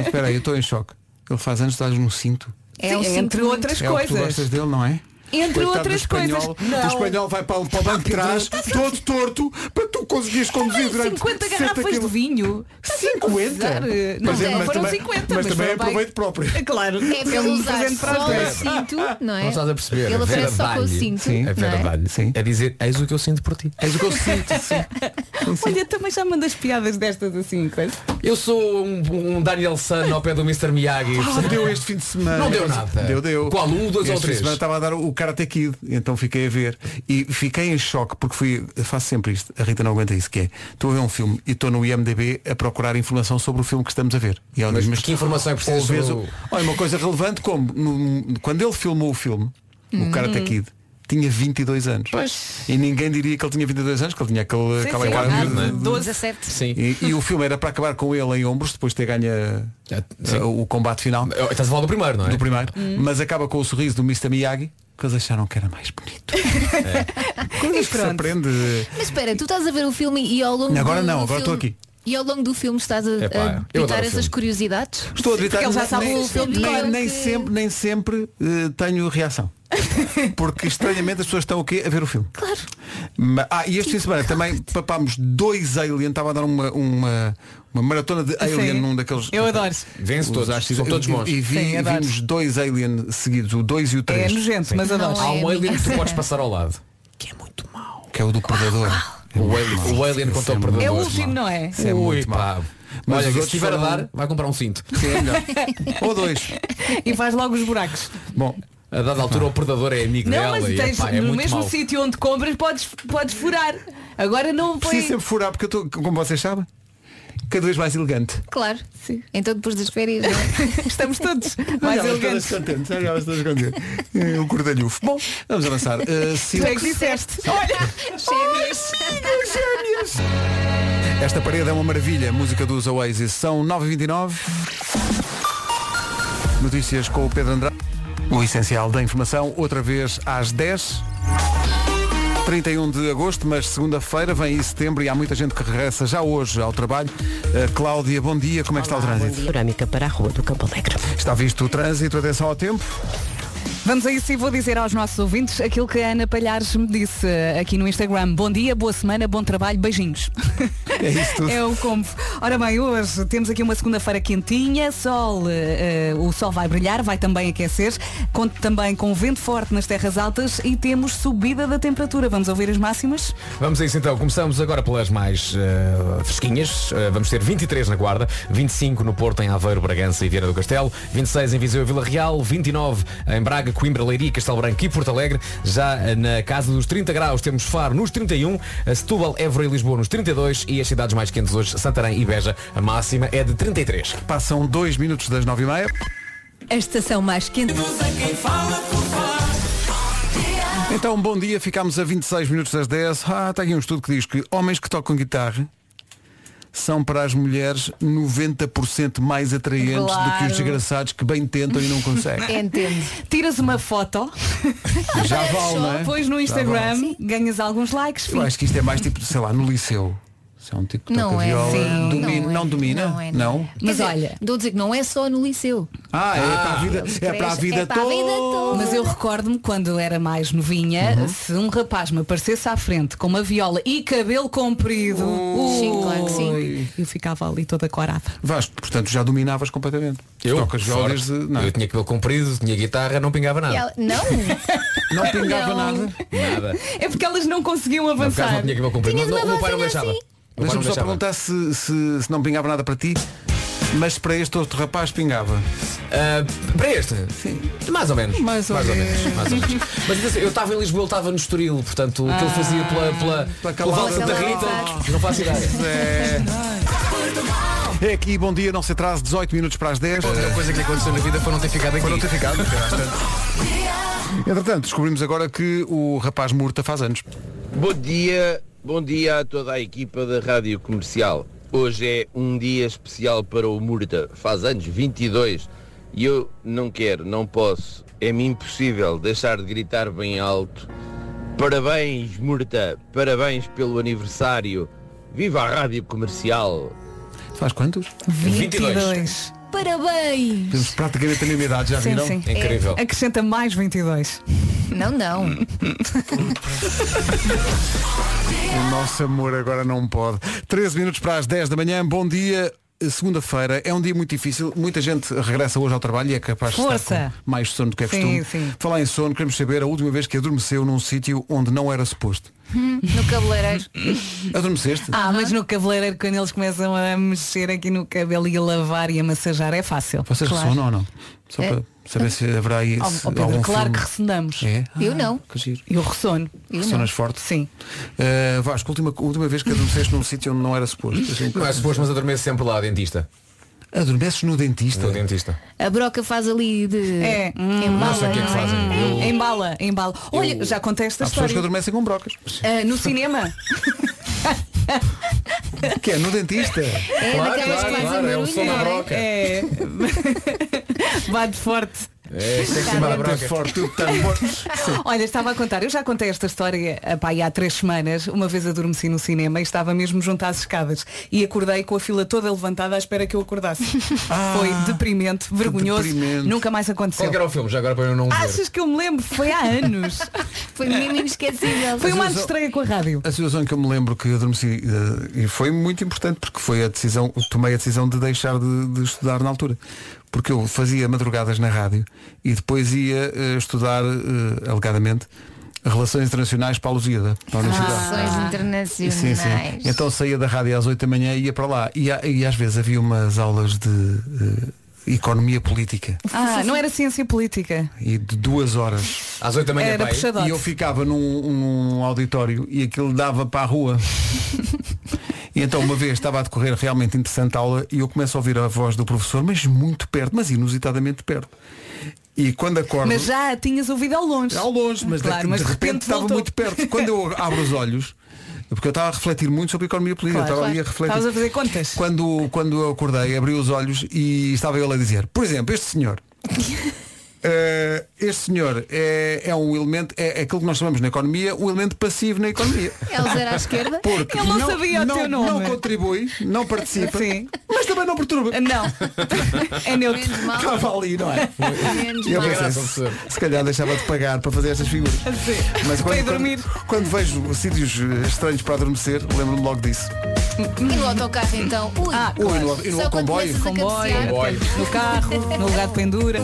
A: Espera aí, eu estou em choque. Ele faz anos, estás num cinto.
F: É um
E: Sim,
F: cinto
E: entre
F: muito-
E: outras
A: é o que tu
E: coisas.
A: gostas dele, não é?
E: Entre
A: Coitado do
E: outras
A: espanhol,
E: coisas.
A: O
E: Não.
A: espanhol vai para, o- para o banco de trás,
E: tá
A: todo torto, para tu conseguires conduzir durante
E: 50
A: 60
E: garrafas de
A: quiló-
E: vinho. Estás a
A: 50?
E: confusar? Não,
A: Mas é- mas
E: foram
A: também-
E: 50,
A: mas também é
E: foram bem-
A: proveito próprio.
E: É *laughs* claro.
F: É para usar
E: presente para
F: só
E: os
F: o
E: dois.
A: *laughs*
F: cinto, não é?
D: Não estás a perceber.
F: Ele
D: a Vera
F: oferece só com o
D: dá-lhe.
F: cinto.
A: Sim,
D: A Vera
F: não é?
D: dá-lhe.
A: Sim.
D: É dizer, eis o que eu sinto por ti.
A: És o
E: *laughs*
A: que eu sinto, sim.
E: Olha, também já mandas piadas destas assim, coisa.
D: Eu sou um, um Daniel Sun ao pé do Mr. Miyagi.
A: Não Ah, deu este fim de semana.
D: Não deu nada.
A: Deu, deu.
D: Qual? Um, dois
A: este
D: ou
A: fim de
D: três?
A: semana tá- estava a dar o Karate Kid, então fiquei a ver. E fiquei em choque, porque fui, eu faço sempre isto, a Rita não aguenta isso, que é, estou a ver um filme e estou no IMDB a procurar informação sobre o filme que estamos a ver. E ela
D: Mas
A: diz,
D: que informação é que precisas
A: ou vês
D: sobre
A: o- Olha, uma coisa relevante como, no- quando ele filmou o filme, o Karate Kid, tinha 22 anos. E ninguém diria que ele tinha 22 anos, que ele tinha aquele, aquela cara de miúdo, não é?
F: Ah,
D: não é?
F: 12. 17.
D: Sim.
A: E, e o filme era para acabar com ele em ombros, depois de ter ganho a-
D: Já- Ah, sim.
A: a- o combate final
D: Eu- Estás a falar do primeiro, não é?
A: do primeiro, mas acaba com o sorriso do Mr. Miyagi, que eles acharam que era
D: *laughs*
A: mais bonito.
D: É.
A: Coisas que se
E: pronto.
A: aprende.
F: Mas espera, tu estás a ver o filme e ao longo
A: Agora
F: do,
A: não,
F: do
A: agora estou
F: filme-
A: aqui.
F: E ao longo do filme estás a,
D: Epá, eu
F: a
D: adoro
F: pitar
D: o
F: essas
D: filme.
F: curiosidades?
A: Estou a gritar,
E: ele já sabe
A: nem,
E: o filme
F: de
A: nem,
F: cor.
A: nem sempre, nem sempre eh, tenho reação. Porque estranhamente as pessoas estão o quê? A ver o filme.
F: Claro.
A: Ma- Ah, e este fim de semana também papámos dois Alien, estava a dar uma, uma, uma maratona de Alien
E: Sim.
A: num daqueles.
E: Eu adoro.
D: Vence
A: os
D: todos,
A: astros-
D: são todos
A: e-
D: bons.
A: E, vi-
E: Sim, adoro.
A: vimos dois Alien seguidos, o 2 e o
E: É
A: 3.
E: nojento, mas adoro.
F: Não
D: Há
F: é.
D: um alien que tu podes passar ao lado.
A: que é o do Predador.
D: O alien, o alien contra o perdedor.
E: É o último, não é?
D: Ui,
A: é muito
D: pá.
A: mau. Mas os
D: Olha, se
A: outros
D: estiver
A: foram-
D: a dar, vai comprar um cinto.
A: Sim, é melhor. Ou dois.
E: E faz logo os buracos.
A: Bom,
D: *laughs* A dada altura o predador é amigo
E: Não,
D: dela
E: mas
D: e
E: tens,
D: epá, é
E: no
D: muito
E: mesmo
D: mau.
E: sítio onde compras podes, podes furar. Agora não
A: preciso
E: põe.
A: sempre furar porque eu estou, como vocês sabem, cada vez mais elegante.
F: Claro.
E: Sim.
F: Então depois das férias. não é?
E: *laughs* Estamos todos mais elegantes.
A: contentes, elas todas *laughs* contentes. Eh, O cordalhufo. Bom, vamos avançar. Eh, se-
E: Tu é que disseste.
A: Esta parede é uma maravilha. Música dos Oasis. São 9h29. Notícias com o Pedro Andrade. O essencial da informação, outra vez às 10 31 de agosto, mas segunda-feira vem aí setembro e há muita gente que regressa já hoje ao trabalho. Eh, Cláudia, bom dia. Como é que está o trânsito?
C: Panorâmica para a rua do Campo Alegre.
A: Está visto o trânsito, atenção ao tempo.
E: Vamos a isso e vou dizer aos nossos ouvintes aquilo que a Ana Palhares me disse aqui no Instagram. Bom dia, boa semana, bom trabalho, beijinhos.
A: *laughs* É isso tudo.
E: É o combo. Ora bem, hoje temos aqui uma segunda-feira quentinha, sol, eh, eh, o sol vai brilhar, vai também aquecer, conto também com vento forte nas terras altas e temos subida da temperatura. Vamos ouvir as máximas?
D: Vamos a isso então, começamos agora pelas mais eh, fresquinhas. Eh, vamos ter 23 na Guarda, 25 no Porto, em Aveiro, Bragança e Vieira do Castelo, 26 em Viseu e Vila Real, 29 em Braga, Coimbra, Leiria, Castelo Branco e Porto Alegre. Já eh, na casa dos 30 graus temos Faro nos 31, a eh, Setúbal, Évora e Lisboa nos 32 e as cidades mais quentes hoje, Santarém e Beja, a máxima é de 33.
A: Passam dois minutos das nove e meia.
F: A estação mais quente.
A: Então, bom dia. Ficámos a 26 minutos das 10. Ah, está aqui um estudo que diz que homens que tocam guitarra são para as mulheres 90% mais atraentes do que
E: Claro.
A: os desgraçados que bem tentam e não conseguem.
F: *laughs* Entendo.
E: Tiras uma foto,
A: é. Já vale, não é?
E: pões no
A: Já vale.
E: Instagram, ganhas alguns likes,
A: Eu
E: fim.
A: acho que isto é mais tipo, sei lá, no liceu. Isso é um tipo que
F: Não
A: toca
F: é,
A: viola.
F: sim,
A: domina, não,
F: não é,
A: domina? Não.
F: não é, Mas
A: Quer dizer,
F: olha, estou a dizer que não é só no liceu.
A: Ah, é para a vida,
F: eles
A: é para a
F: crescem,
A: vida
F: é para a vida toda.
E: Mas eu recordo-me quando era mais novinha,
A: Uhum.
E: se um rapaz me aparecesse à frente com uma viola e cabelo comprido,
F: Sim, claro que sim.
E: ui, eu ficava ali toda corada.
A: Vasco, portanto já dominavas completamente. Tocas viola
D: Forte.
A: desde. Não,
D: Eu tinha cabelo comprido, tinha guitarra, não pingava
F: E
D: nada.
F: ela- não,
A: *laughs* não pingava
F: Não.
A: nada.
F: *laughs*
D: Nada.
E: É porque elas não conseguiam
D: Não, por causa
E: avançar.
D: não tinha cabelo comprido.
F: Tinhas
D: Não,
F: uma
D: o meu pai não
F: vozinha
D: deixava.
F: assim.
D: O meu pai não
A: Deixa-me só
D: deixava.
A: perguntar se, se, se não pingava nada para ti, mas para este outro rapaz pingava.
D: Ah, para este? Mais ou menos. Mais ou, menos. mais ou
A: *laughs*
D: menos. Mas então, assim, eu estava em Lisboa, ele estava no Estoril, portanto, o que ele fazia pela, pela,
A: Ah. Pela
D: pelo Vale
A: calada.
D: da Rita, não faço ideia.
A: *laughs* É aqui, bom dia, não se atrase, 18 minutos para as 10.
K: Outra coisa que lhe aconteceu na vida foi não ter ficado aqui.
A: Entretanto, descobrimos agora que o rapaz Murta faz anos.
G: Bom dia, bom dia a toda a equipa da Rádio Comercial. Hoje é um dia especial para o Murta, faz anos 22 e eu não quero, não posso, é-me impossível deixar de gritar bem alto. Parabéns, Murta, parabéns pelo aniversário. Viva a Rádio Comercial.
A: Faz quantos?
E: 22.
F: parabéns.
A: Temos praticamente a mesma idade, já
E: Sim,
A: viram?
E: sim.
D: É
E: É,
D: Incrível.
E: Acrescenta mais 22. *laughs*
F: Não, não.
A: O nosso amor agora não pode. 13 minutos para as 10 da manhã, bom dia. Segunda-feira é um dia muito difícil. Muita gente regressa hoje ao trabalho e é capaz de estar
E: Força.
A: com mais sono do que é
E: Sim,
A: costume.
E: sim.
A: Falar em sono, queremos saber a última vez que adormeceu num sítio onde não era suposto.
F: No cabeleireiro.
A: Adormeceste?
E: Ah, mas no cabeleireiro, quando eles começam a mexer aqui no cabelo e a lavar e a massajar, é fácil.
A: Vocês
E: Claro.
A: ressonam ou não? Só
F: É.
A: para saber se haverá aí
E: Ó,
A: se-
E: ó, Pedro,
A: algum
E: claro
A: filme.
E: que ressonamos.
A: É?
F: Eu não.
A: Que giro.
E: Eu ressono.
F: Eu não.
A: Ressonas forte?
E: Sim.
A: Uh, Vasco, última, última vez que adormeceste num sítio onde não era suposto. Assim,
D: Não é suposto, mas adormeço sempre lá, dentista.
A: Adormeces no dentista?
D: No dentista.
F: A broca faz ali de. Hum,
E: É.
F: Embala,
D: Não sei o que é que
F: não Hum,
D: fazem. Eu-
E: Embala, embala. Olha, já contei esta
A: Há pessoas que
E: história.
A: adormecem com brocas.
E: Ah, no *laughs* cinema?
A: Que é no dentista.
F: É daquelas que fazem
D: é o
F: barulho.
D: som
F: não
D: da
F: é?
D: broca.
E: É.
F: *laughs*
E: Bate forte.
D: É, tem que ser da broca.
A: Forte o tambor.
E: Olha, estava a contar, eu já contei esta história epá, há três semanas, uma vez adormeci no cinema e estava mesmo junto às escadas e acordei com a fila toda levantada à espera que eu
F: *laughs*
E: acordasse.
A: Ah.
E: Foi deprimente, vergonhoso,
A: deprimente.
E: nunca mais
D: Qual
E: aconteceu.
D: que era o filme? Já agora para eu não
A: Ah,
D: ver.
E: Achas que eu me lembro? Foi há anos.
F: *laughs* Foi mesmo inesquecível.
E: Foi uma
A: Mas eu só-
E: estreia com a rádio.
A: A situação em que eu me lembro que adormeci eh, e foi muito importante porque foi a decisão, tomei a decisão de deixar de, de estudar na altura. Porque eu fazia madrugadas na rádio e depois ia eh, estudar, eh, alegadamente, Relações Internacionais para a Lusíada, para a Universidade.
F: Relações
A: Sim, sim.
F: Ah, internacionais.
A: Então saía da rádio às 8 da manhã e ia para lá. E, a- e às vezes havia umas aulas de eh, economia política
E: Ah, não era ciência política.
A: e de duas horas.
D: Às 8 da manhã,
E: Era
D: pai.
E: puxador.
A: E eu ficava num, num auditório e aquilo dava para
E: *laughs*
A: a rua. E então uma vez estava a decorrer realmente interessante a aula e eu começo a ouvir a voz do professor, mas muito perto, mas inusitadamente perto. E quando acordo.
E: Mas já a tinhas ouvido ao longe.
A: ao longe, mas,
E: Claro,
A: de,
E: mas
A: de repente estava
E: voltou.
A: muito perto. Quando eu abro os olhos, porque eu estava a refletir muito sobre a economia política,
E: Claro,
A: eu estava ali a
E: claro.
A: refletir.
E: Estavas a fazer contas.
A: Quando, quando eu acordei, abri os olhos e estava ele a dizer, por exemplo,
E: *laughs*
A: este senhor. eh, este senhor é, é um elemento, é, é aquilo que nós chamamos na economia, o elemento passivo na economia.
F: *laughs* Eles eram à esquerda.
A: Porque
E: Ele não sabia o
A: não,
E: teu nome.
A: não contribui, não participa,
E: Sim.
A: mas também não perturba. *laughs*
E: Não. é neutro.
F: Menos mal.
A: Estava ali, não
E: *laughs*
A: é?
F: Menos
A: E eu
F: mal.
A: pensei, se, se calhar deixava de pagar para fazer estas figuras. Mas
E: Para
A: quando,
E: ir dormir.
A: quando, quando vejo sítios eh, estranhos para adormecer, lembro-me logo disso.
F: E no autocarro então. Ui,
E: Ah,
A: Ui, no- e no
F: Só quando
A: comboio?
F: começas a
E: Comboio.
F: cabecear.
D: Boy.
F: *laughs*
E: No carro, no lugar de pendura.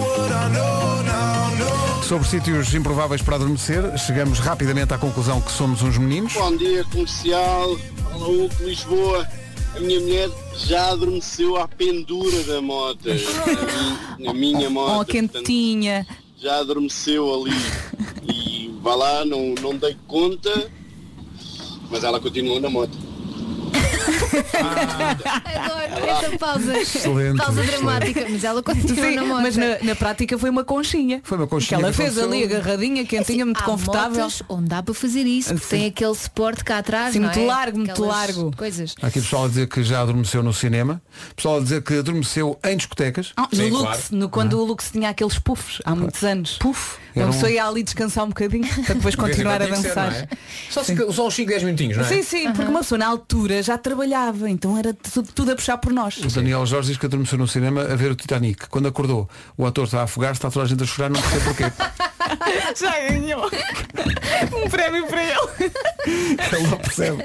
A: Sobre sítios improváveis para adormecer, chegamos rapidamente à conclusão que somos uns meninos.
L: Bom dia, comercial. Fala Hugo, de Lisboa. A minha mulher já adormeceu à pendura da moto. Na mi- Na minha
E: Ou a
L: moto. portanto,
F: *laughs*
E: quentinha.
L: já adormeceu ali. E vá lá, não, não dei conta. Mas ela continuou na moto.
F: *laughs* Adoro esta pausa.
A: Excelente,
F: pausa
A: excelente.
F: dramática, mas ela continua
E: Sim,
F: na moto.
E: mas na, na prática foi uma conchinha.
A: Foi uma conchinha
E: Que ela
A: que
E: fez ali
A: aconteceu.
E: agarradinha, quentinha, muito
F: Assim, Há
E: confortável.
F: motas onde dá para fazer isso, porque tem aquele suporte cá atrás.
E: Sim,
F: não
E: muito
F: é?
E: largo, muito
F: Aquelas
E: largo.
F: Coisas.
A: Há aqui pessoal a dizer que já adormeceu no cinema, pessoal a dizer que adormeceu em discotecas.
E: Ah, no Lux, no, quando o Lux tinha aqueles puffs, há muitos anos. Puff.
A: Ah. Era
E: Uma
A: um-
E: pessoa ia ali descansar um bocadinho para
A: *laughs*
E: depois continuar a
D: Tem que ser,
E: dançar.
D: não é? Só, se- só uns 5, 10 minutinhos, não é?
E: Sim, sim, porque uma pessoa na altura já trabalhava, então era tudo, tudo a puxar por nós.
A: O Daniel Jorge diz que adormeceu no cinema a ver o Titanic. Quando acordou, o ator está a afogar-se, está toda a gente a chorar, não sei porquê.
F: *laughs*
E: Já ganhou um prémio para ele.
A: Ele não percebe.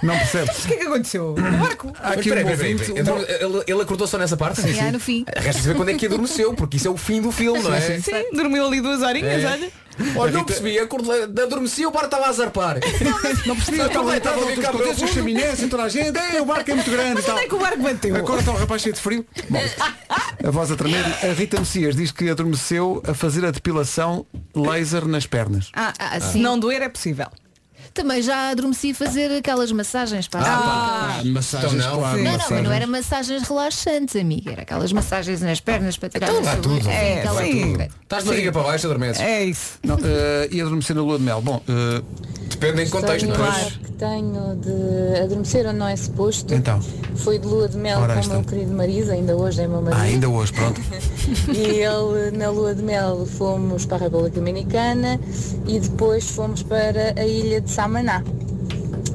A: Não percebe.
E: O que é que aconteceu? O barco.
A: Há
D: Mas
A: aqui
D: peraí,
A: um
D: peraí,
A: ouvinte,
D: peraí. Então, ele, ele acordou só nessa parte?
E: é
F: E há no fim.
D: Resta saber quando é que adormeceu, porque isso é o fim do filme, não é?
E: Sim, dormiu ali duas horinhas,
D: É.
E: olha.
D: Olha, não percebi, acordei, adormeci, o bar estava a zarpar.
A: Não percebia, estava
D: Aproveitava
A: deitado a
D: o
A: outros
D: cabo
A: contextos,
D: do
A: a
D: mundo.
A: chaminés e toda a gente, Ei, o barco é muito grande e tal.
E: Onde é que o barco bateu?
A: Agora está um rapaz cheio de frio. Bom, a voz a tremer, a Rita Messias diz que adormeceu a fazer a depilação laser nas pernas.
E: Ah,
F: Ah,
E: se
F: sim.
E: não doer é possível.
F: Também já adormeci a fazer aquelas massagens para
A: Ah, massagens,
D: então não.
A: claro,
E: Sim.
F: Não, não, mas
A: massagens.
F: não era massagens relaxantes, amiga. Era aquelas massagens nas pernas para
A: Tá
F: tirar
D: Então
F: a
D: dá
F: sua-
D: tudo.
F: Sim,
E: É,
F: aquela-
E: sim.
D: Estás de barriga para baixo, adormeces.
E: É isso.
A: Não, eh, e adormecer na lua de mel. Bom, eh,
D: Depende em contexto, não é?
E: Claro.
M: que tenho de adormecer onde não é suposto
A: Então.
M: foi de lua de mel
A: Ora, aí
M: com o meu
A: está.
M: querido marido, ainda hoje é meu
A: ah,
M: marido.
A: ainda hoje, pronto.
M: E ele, na lua de mel, fomos para a República Dominicana e depois fomos para a ilha de Samaná.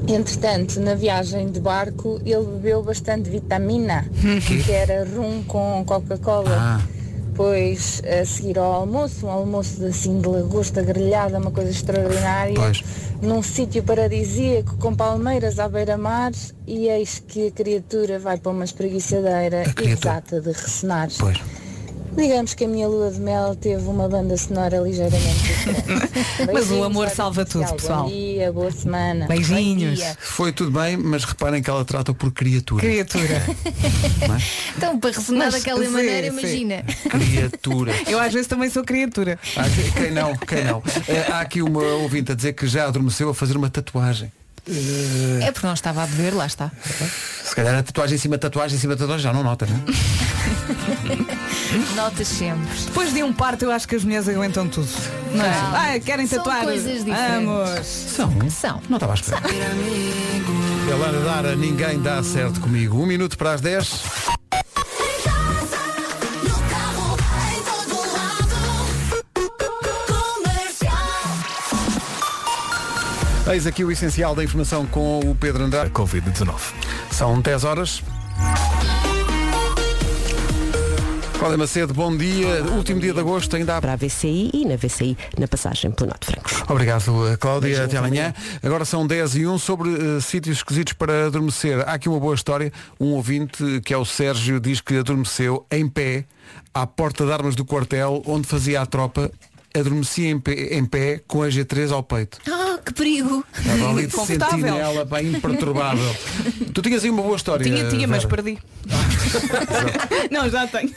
M: Entretanto, na viagem de barco, ele bebeu bastante vitamina, que era rum com Coca-Cola.
A: Ah.
M: Pois, a seguir ao almoço, um almoço assim de lagosta grelhada, uma coisa extraordinária,
A: Pois.
M: num sítio paradisíaco, com palmeiras à beira-mar, e eis que a criatura vai para uma espreguiçadeira
A: A
M: e
A: criatura.
M: desata de ressonar.
A: Pois.
M: Digamos que a minha lua de mel teve uma banda sonora ligeiramente diferente.
E: *laughs* Mas o amor
M: Beijinhos,
E: salva tudo,
M: Bom
E: pessoal.
F: uh,
M: dia, boa semana. *laughs*
E: Beijinhos.
M: Bom dia.
A: Foi tudo bem, mas reparem que ela trata por criatura.
E: Criatura. é?
F: Então, para ressonar
E: Mas,
F: daquela
E: sim,
F: maneira,
E: sim.
F: imagina.
A: Criatura.
E: Eu às vezes também sou criatura.
A: Há aqui- quem não, quem não. Eh, há aqui uma ouvinte a dizer que já adormeceu a fazer uma tatuagem. Eh,
F: É porque não estava a beber, lá está.
A: Se calhar a tatuagem em cima de tatuagem, em cima de tatuagem, já não nota, né?
F: Notas sempre.
E: Depois de um parto eu acho que as mulheres aguentam tudo. Não é?
F: Calma.
E: Ah, querem
F: São
E: tatuar.
F: coisas diferentes.
E: Vamos.
A: São.
F: São.
A: Não estava à espera. Ela dar a ninguém dá certo comigo. Um minuto para as 10.
J: Em casa, no carro, em todo lado. Comercial.
A: Eis aqui o essencial da informação com o Pedro
B: A
A: Andrade.
B: Covid-19.
A: São 10 horas. Cláudia Macedo, bom dia. Eh, Último dia de agosto ainda há...
C: Para a VCI e na VCI, na passagem pelo Norte Franco.
A: Obrigado, eh, Cláudia. Até amanhã. Agora são 10 e 1 sobre eh, sítios esquisitos para adormecer. Há aqui uma boa história. Um ouvinte, eh, que é o Sérgio, diz que adormeceu em pé à porta de armas do quartel onde fazia a tropa. Adormecia em pé, em pé com a G3 ao peito.
F: Ah, que perigo.
A: Estava ali de
E: Confortável.
A: sentinela, pá,
E: *laughs*
A: imperturbável. tu tinhas aí uma boa história.
E: Tinha, tinha, mas
A: Vera.
E: perdi. *laughs* não, já tenho.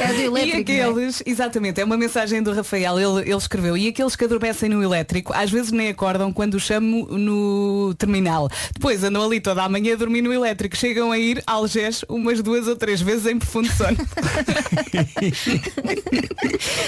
F: É do
E: E
F: elétrico. não é?
E: aqueles, exatamente, é uma mensagem do Rafael, ele, ele escreveu, e aqueles que adormecem no elétrico, às vezes nem acordam quando o chamo no terminal. Depois andam ali toda a manhã a dormir no elétrico, chegam a ir a Algés umas duas ou três vezes em profundo
F: *laughs*
E: sono.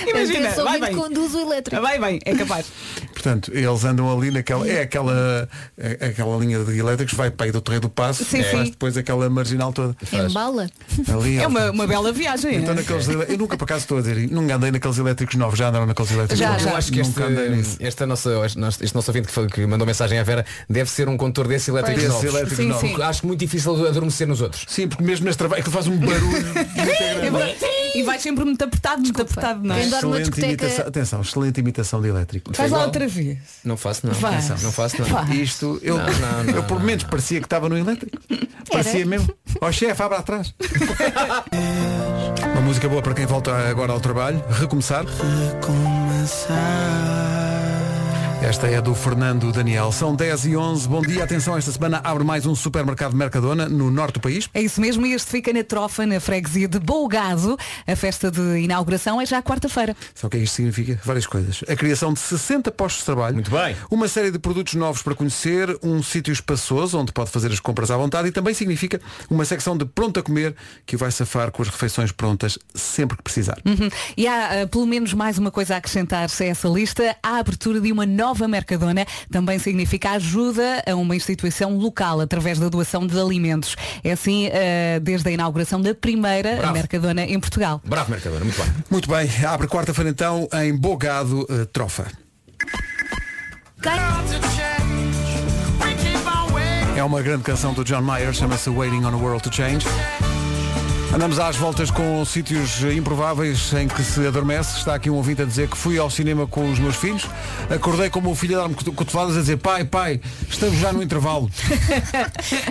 E: Imagina,
F: Atenção,
E: vai
F: vinte
E: bem.
F: conduz o elétrico.
E: Vai bem, é capaz.
A: Portanto, eles andam ali naquela. É aquela, é aquela linha de elétricos, vai para aí do Torreio do Passo,
E: Sim,
A: e faz
E: sim.
A: depois aquela marginal toda.
F: Embala.
A: Ali
E: É
A: ao-
E: uma, uma bela viagem.
A: Então,
E: é?
A: naqueles ele- Eu nunca por acaso estou a dizer, nunca andei naqueles elétricos novos, já andaram naqueles elétricos
E: Já,
A: novos.
E: já.
D: Eu acho que este,
A: nunca andei nisso.
D: esta nossa, este, este nosso ouvinte que, foi- que mandou mensagem à Vera deve ser um condutor desse elétrico
A: Desse
D: novos.
A: elétrico
E: Sim,
A: novo.
E: sim.
D: Porque Acho muito difícil adormecer nos outros.
A: Sim, porque mesmo neste trabalho que faz um
E: *laughs*
A: barulho. muito
E: É
A: grande.
E: verdade. E vais sempre muito apertado, muito apertado, não é?
F: Quem dorme na
A: Excelente
F: discoteca-
A: imitação, atenção, excelente imitação de elétrico.
E: Faz lá outra vez.
D: Não faço não.
E: Vai.
D: Atenção, Não faço não.
E: Vai.
A: Isto, eu,
D: Não, não, não,
A: eu por menos parecia que estava no elétrico. Parecia mesmo. Ó chefe, abre atrás. Uma música boa para quem volta agora ao trabalho. Recomeçar. Recomeçar. Esta é do Fernando Daniel. São 10 e 11. Bom dia. Atenção, esta semana abre mais um supermercado Mercadona no norte do país.
E: É isso mesmo, e este fica na trofa, na freguesia de Bolgado. A festa de inauguração é já quarta-feira.
A: Sabe o que é que isto significa? Várias coisas. A criação de 60 postos de trabalho. Muito bem. Uma série de produtos novos para conhecer, um sítio espaçoso onde pode fazer as compras à vontade e também significa uma secção de pronto a comer que o vai safar com as refeições prontas sempre que precisar.
E: Uhum. E há eh, pelo menos mais uma coisa a acrescentar-se a essa lista. A abertura de uma nova Mercadona também significa ajuda a uma instituição local através da doação de alimentos. É assim eh, desde a inauguração da primeira
D: Bravo.
E: Mercadona em Portugal.
D: Bravo, Mercadona, muito bem.
A: Muito bem. Abre quarta-feira então em Bogado eh, Trofa. É uma grande canção do John Mayer, chama-se Waiting on a World to Change. Andamos às voltas com sítios improváveis em que se adormece. Está aqui um ouvinte a dizer que fui ao cinema com os meus filhos. Acordei como o filho a dar-me coto- cotoveladas a dizer pai, pai, estamos já no intervalo.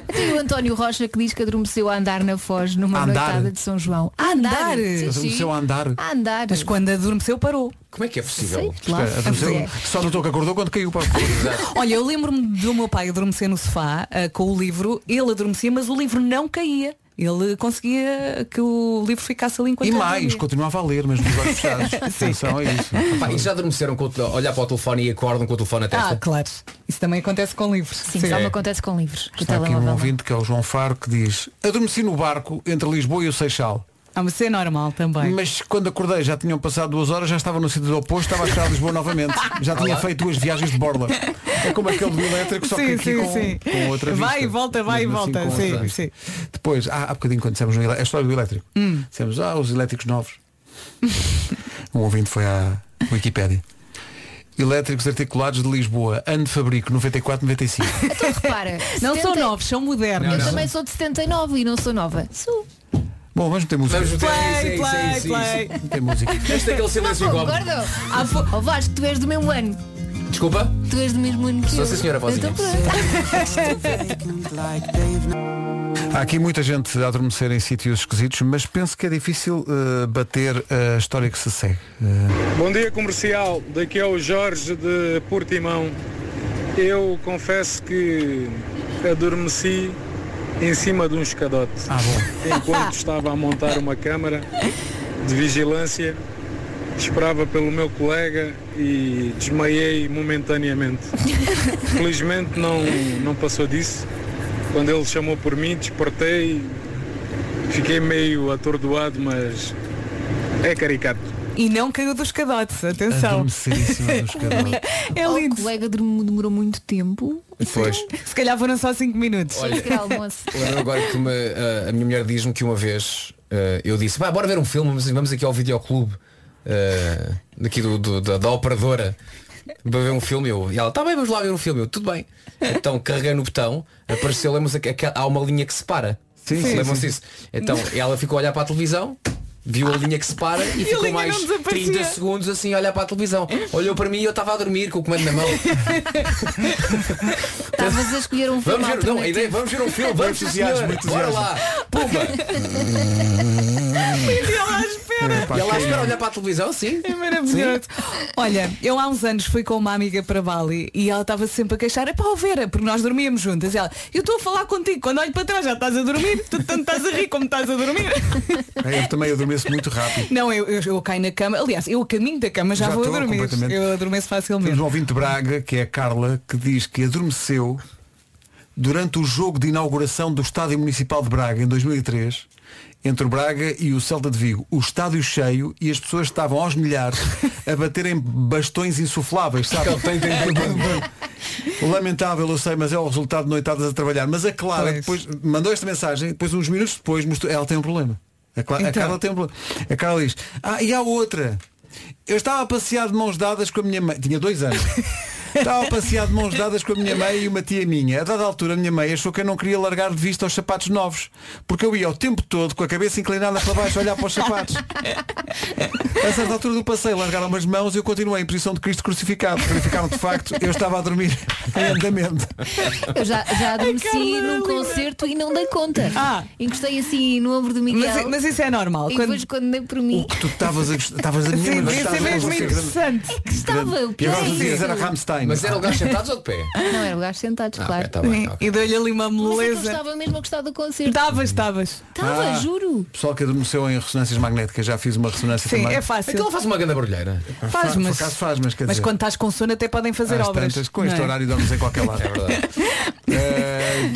F: Tem o António Rocha que diz que adormeceu a andar na Foz numa
A: A andar?
F: noitada de São João. A andar! Sim, sim.
A: Adormeceu a andar.
F: A andar.
E: Mas quando adormeceu parou.
D: Como é que é possível?
F: Sei lá.
A: Espera, adormeceu. Só notou que acordou quando caiu para o
E: Olha, eu lembro-me do meu pai adormecer no sofá ah, com o livro, ele adormecia, mas o livro não caía. Ele conseguia que o livro ficasse ali enquanto
A: E
E: ele
A: mais,
E: dormia.
A: continuava a ler, mas nos olhos fechados. Atenção a isso.
D: Pá, e já adormeceram com o tel- olhar para o telefone e acordam com o telefone na testa?
E: Ah, claro. Isso também acontece com livros.
F: Sim, só me acontece com livros. Com o
A: Está aqui um
F: telemóvel.
A: ouvinte que é o João Faro que diz Adormeci no barco entre Lisboa e o Seixal
E: Ah, mas isso é normal também.
A: Mas quando acordei já tinham passado duas horas Já estava no sentido oposto, estava a chegar a Lisboa novamente Já tinha
E: Olá.
A: feito duas viagens de borla É como aquele do elétrico Só que
E: Sim,
A: aqui
E: sim,
A: com,
E: sim.
A: com outra vista
E: Vai e volta, vai e
A: Mesmo assim,
E: volta,
A: com
E: sim,
A: outra.
E: sim.
A: Depois, há, há bocadinho quando dissemos no elé- A história do elétrico
E: Hum.
A: Dissemos, ah, os elétricos novos Um ouvinte foi à Wikipédia Elétricos articulados de Lisboa Ano de fabrico, 94-95
F: Então repara.
E: *laughs* Não são
F: 70
E: novos, são
F: Eu
E: modernos.
F: também sou de 79 e não sou nova. Sou.
A: Bom, vamos ter música
D: Vamos meter
F: Play,
D: isso, é isso, é isso, é
F: play,
D: isso.
A: Tem música
D: Este é aquele silêncio
F: Pô,
D: incómodo.
F: gordo! Ah, pô, oh, Vasco, tu és do mesmo ano.
D: Desculpa?
F: Tu és do mesmo ano que
D: Sou
F: eu.
D: sim, senhora, vozinha.
F: Então
E: *laughs*
F: pronto.
A: Há aqui muita gente a adormecer em sítios esquisitos, mas penso que é difícil eh, bater a história que se segue.
N: Bom dia comercial, daqui é o Jorge de Portimão. Eu confesso que adormeci em cima de um escadote. Enquanto estava a montar uma câmara de vigilância, esperava pelo meu colega e desmaiei momentaneamente. Felizmente não, não passou disso. Quando ele chamou por mim, despertei, fiquei meio atordoado, mas é caricato.
E: E não caiu dos cadotes, atenção.
A: Adormecer em cima dos cadotes.
E: *laughs* É lindo.
F: O Oh, colega dorm- demorou muito tempo.
D: Depois.
E: Se calhar foram só 5 minutos.
D: Olha. Sim, que era
F: almoço.
D: Lembro agora que uma, eh, a- a minha mulher diz-me que uma vez eh, eu disse, "Vá, bora ver um filme, vamos, vamos aqui ao videoclube eh, daqui do, do- da, da operadora para ver um filme eu, e ela, tá bem, vamos lá ver um filme, eu, tudo bem. Então carreguei no botão, apareceu, lembra-se que aquela- há uma linha que separa.
A: Sim, sim,
D: Lembram-se
A: sim.
D: disso? Então ela ficou a olhar para a televisão. Viu a linha que separa e,
A: *laughs* E a
D: ficou
A: linha
D: mais
A: não desaparecia.
D: 30 segundos assim a olhar para a televisão. Olhou para mim e eu estava a dormir com o comando na mão.
F: Estavas a escolher um filme.
D: Vamos ver, não, a ideia, vamos ver um *laughs* filme, vamos sim, senhora. Bora lá. Pumba.
E: E ela à espera.
D: e ela espera olhar para a televisão, sim.
E: É maravilhoso. Olha, eu há uns anos fui com uma amiga para Bali e ela estava sempre a queixar, é para Vera, porque nós dormíamos juntas. E ela, eu estou a falar contigo, quando olho para trás já estás a dormir, tu tanto estás a rir como estás a
A: *laughs*
E: dormir.
A: É, Eu também adormeço muito rápido.
E: Não, eu, eu, eu caio na cama, aliás, eu a caminho da cama já,
A: Já
E: vou a
A: estou
E: dormir.
A: completamente.
E: Eu adormeço facilmente.
A: Temos um ouvinte de Braga, que é a Carla, que diz que adormeceu durante o jogo de inauguração do Estádio Municipal de Braga em 2003 entre o Braga e o Celta de Vigo. O estádio cheio e as pessoas estavam aos milhares a baterem bastões insufláveis,
O: É.
A: sabe?
O: *laughs*
A: *laughs* Lamentável, eu sei, mas é o resultado de noitadas a trabalhar. Mas a Clara depois mandou esta mensagem, depois uns minutos depois mostrou, ela tem um problema. A, Cla- a
K: Então.
A: Carla tem um problema. A Carla diz, ah, e há outra. Eu estava a passear de mãos dadas com a minha mãe. Tinha dois anos. Estava a passear de mãos dadas com a minha mãe e uma tia minha. A dada altura a minha mãe achou que eu não queria largar de vista os sapatos novos. Porque eu ia o tempo todo com a cabeça inclinada para baixo a olhar para os sapatos. A certa altura do passeio largaram as mãos e eu continuei em posição de Cristo crucificado. Verificaram de facto, eu estava a *laughs* dormir em andamento.
F: Eu já,
E: *laughs*
F: já adormeci num concerto e não dei conta. Encostei assim no ombro do Miguel.
E: Ah. Mas- mas isso é normal.
F: E
E: Quando-
F: depois quando dei por mim.
A: Tu estavas a gostar. Estavas a
E: Sim,
A: minha
F: Ah,
E: devia ser mesmo interessante.
F: Estava, o
A: E
F: pior
A: agora
F: é
A: tu dizias
F: isso.
A: era Rammstein. Ah, bem.
D: Mas era lugares sentados ou de pé?
F: *laughs* Não, era lugares sentados, claro. é
D: tá bem, tá
E: E dou-lhe ali uma
F: Eu
E: moleza.
F: estava mesmo a gostar do concerto.
E: Estavas, estavas.
F: Estava,
A: Ah.
F: juro.
A: Pessoal que adormeceu em ressonâncias magnéticas, já fiz uma ressonância
E: Sim,
A: também.
E: é fácil.
D: Então faz uma grande barulheira.
E: Faz,
A: Fa-
E: mas-
A: Por acaso faz, mas quer
E: Mas
A: dizer,
E: quando estás com sono até podem fazer
A: às
E: obras.
A: tantas, com este
E: não é?
A: horário dormes em qualquer lado. É *laughs* verdade.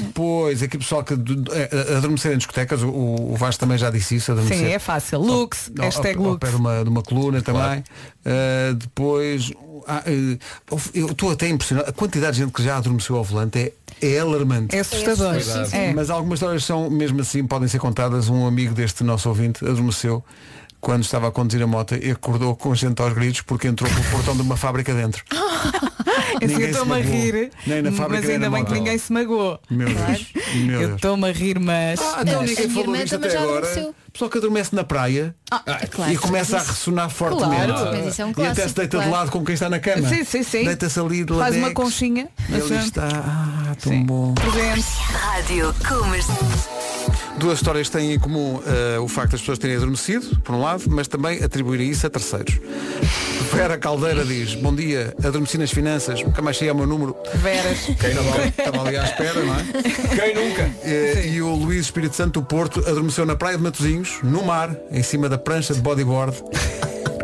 A: depois, aqui pessoal que do- eh, adormecer em discotecas, o, o Vasco também já disse isso, adormecer.
E: Sim, é fácil. Lux,
A: Ao-
E: hashtag
A: ao- ao
E: Lux.
A: pé de uma, de uma coluna também. Uh, depois, ah, eh, eu estou até impressionado. A quantidade de gente que já adormeceu ao volante é, é alarmante.
E: É assustador. É assustador. É.
A: Mas algumas histórias são, mesmo assim, podem ser contadas. Um amigo deste nosso ouvinte adormeceu quando estava a conduzir a moto e acordou com gente aos gritos porque entrou pelo portão de uma fábrica dentro.
E: *laughs* Eu sei,
A: Ninguém
E: eu estou-me a
A: se magoou.
E: rir.
A: Nem na fábrica,
E: Mas
A: nem
E: ainda
A: na
E: bem que
A: moto.
E: ninguém se magoou.
A: Meu Deus. Meu
E: Eu
A: Deus.
E: estou-me a rir, mas.
A: Ah, então
E: mas-
A: ninguém falou disto até agora. Pessoal que adormece na praia
E: É
F: claro,
A: Ah, e começa a
F: É isso-
A: ressonar fortemente.
F: Claro, mas isso é um
A: e até se
F: clássico,
A: deita de
F: claro.
A: lado com quem está na cama.
E: Sim, sim, sim.
A: Deita-se ali de
E: Faz uma
A: ladex.
E: conchinha.
A: E Ele
E: assim.
A: está. Ah, tão bom.
E: Presente.
J: Rádio Comercial.
A: Duas histórias têm em comum eh, o facto das pessoas terem adormecido, por um lado, mas também atribuir isso a terceiros. Vera Caldeira diz, bom dia, adormeci nas finanças, nunca mais cheguei ao meu número.
E: Veras.
A: Quem não Estava ali à espera, não é? Quem nunca? É, E, o Luís Espírito Santo do Porto adormeceu na praia de Matozinhos, no mar, em cima da prancha de
E: *laughs*
A: bodyboard.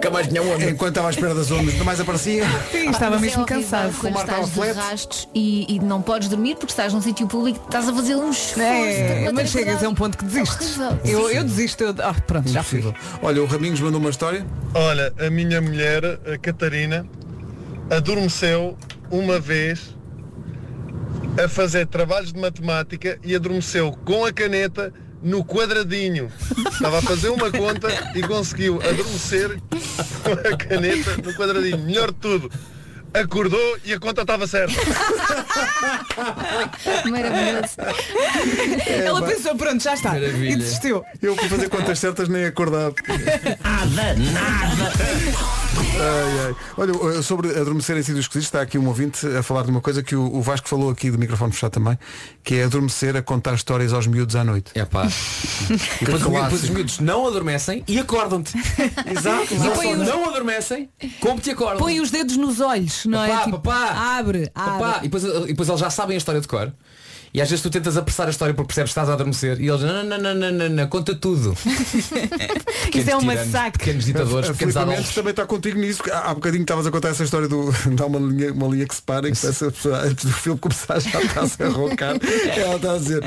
A: Nunca mais tinha onda. Enquanto estava à espera das ondas, nunca mais aparecia.
E: *laughs* Sim, estava
F: Mas é
E: mesmo
F: horrível
E: cansado.
F: Quando
A: Marta
F: estás de
A: Alflete.
F: rastos e, e não podes dormir porque estás num sítio público, estás a fazer um esforço.
E: É,
F: para
E: mas
F: manter
E: chegas a um
F: acordado.
E: ponto que desistes.
F: É horrível.
E: Eu, eu desisto. Eu... Ah, pronto, já fui.
A: Olha, o Raminhos mandou uma história.
P: Olha, a minha mulher, a Catarina, adormeceu uma vez a fazer trabalhos de matemática e adormeceu com a caneta no quadradinho. Estava a fazer uma conta e conseguiu adormecer com a caneta no quadradinho. Melhor de tudo. Acordou e a conta estava certa.
F: Maravilhoso.
E: Ela pensou, pronto, já está.
A: Maravilha.
E: E desistiu.
A: Eu vou fazer contas certas nem acordado. Nada, nada. Ai, ai. Olha, eh, sobre adormecer em sítios esquisitos, está aqui um ouvinte a falar de uma coisa que o o Vasco falou aqui de microfone fechado também, que é adormecer a contar histórias aos miúdos à noite.
D: É pá. E depois, os miúdos- depois os miúdos não adormecem e *laughs* acordam-te. Exato. Não,
E: põe
D: só
E: os-
D: não adormecem, como te acordam.
E: Põe os dedos nos olhos, não é?
D: Papá,
E: Tipo,
D: papá.
E: Abre,
D: Opa, e
E: abre.
D: depois, e depois eles já sabem a história de cor. E às vezes tu tentas apressar a história porque percebes que estás a adormecer e eles não, não, não, não, não, não conta *laughs* tudo. Pequenos
E: é um
D: tiranos,
E: massacre.
D: Pequenos
A: *laughs*
D: ditadores,
A: A
D: pequenos
A: Filipe Mendes
D: adultos.
A: também está contigo nisso. que Há há bocadinho estavas a contar essa história do. *laughs* Dá uma linha, uma linha que se para e que parece a pessoa, antes do filme começar já está a roncar. Ela está a dizer,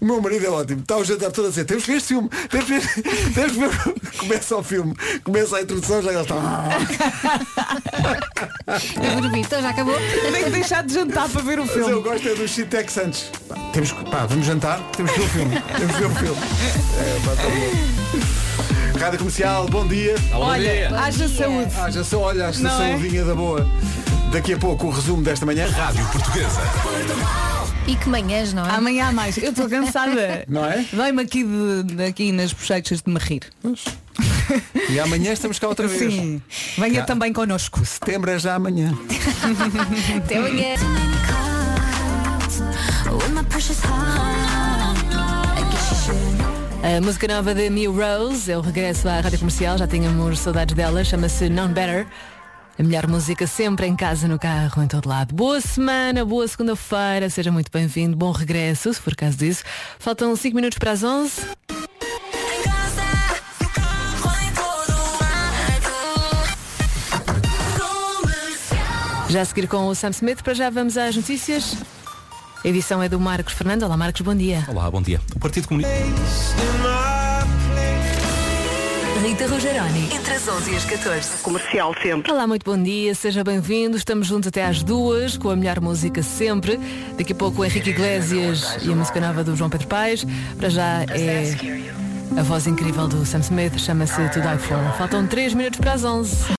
A: o meu marido é ótimo, está o jantar todo a dizer, temos que ver este filme, temos que ver, *laughs* temos que ver. Começa o filme, começa a introdução, já ela está.
E: Ah,
F: Eu dormi, então já acabou.
E: Tem que deixar de jantar para ver o
A: Mas eu
E: filme.
A: gosto é do Chitex antes. Pá, Temos que, pá, vamos jantar, temos que ver o filme. *laughs* temos que ver o filme. É, pá, tá bom. Rádio Comercial, bom dia.
E: Olha, haja saúde.
A: Haja só, olha, a
E: Não é?
A: saudinha da boa. Daqui a pouco o resumo desta manhã. Rádio Portuguesa.
F: E que manhãs, não é?
E: Amanhã há mais. Eu estou cansada.
A: Não é?
E: Dói-me aqui, de, daqui nas bochechas de me rir.
A: E amanhã estamos cá outra vez.
E: Sim. Venha
A: Cá.
E: também connosco.
A: Setembro é já amanhã.
F: Até amanhã.
I: A música nova da Mia Rose, eu regresso à rádio comercial, já tínhamos saudades dela, chama-se Non Better. A melhor música sempre em casa, no carro, em todo lado. Boa semana, boa segunda-feira, seja muito bem-vindo, bom regresso, se for caso disso. Faltam 5 minutos para as 11. Já a seguir com o Sam Smith, para já vamos às notícias. A edição é do Marcos Fernando. Olá, Marcos, bom dia.
O: Olá, bom dia. O Partido Comunista.
I: Rita Rogeroni.
J: Entre as 11 e as 14.
I: Comercial sempre. Olá, muito bom dia, seja bem-vindo. Estamos juntos até às duas, com a melhor música sempre. Daqui a pouco o Henrique Iglesias e a música nova do João Pedro Paes. Para já é a voz incrível do Sam Smith, chama-se To Die For. Faltam três minutos para as 11.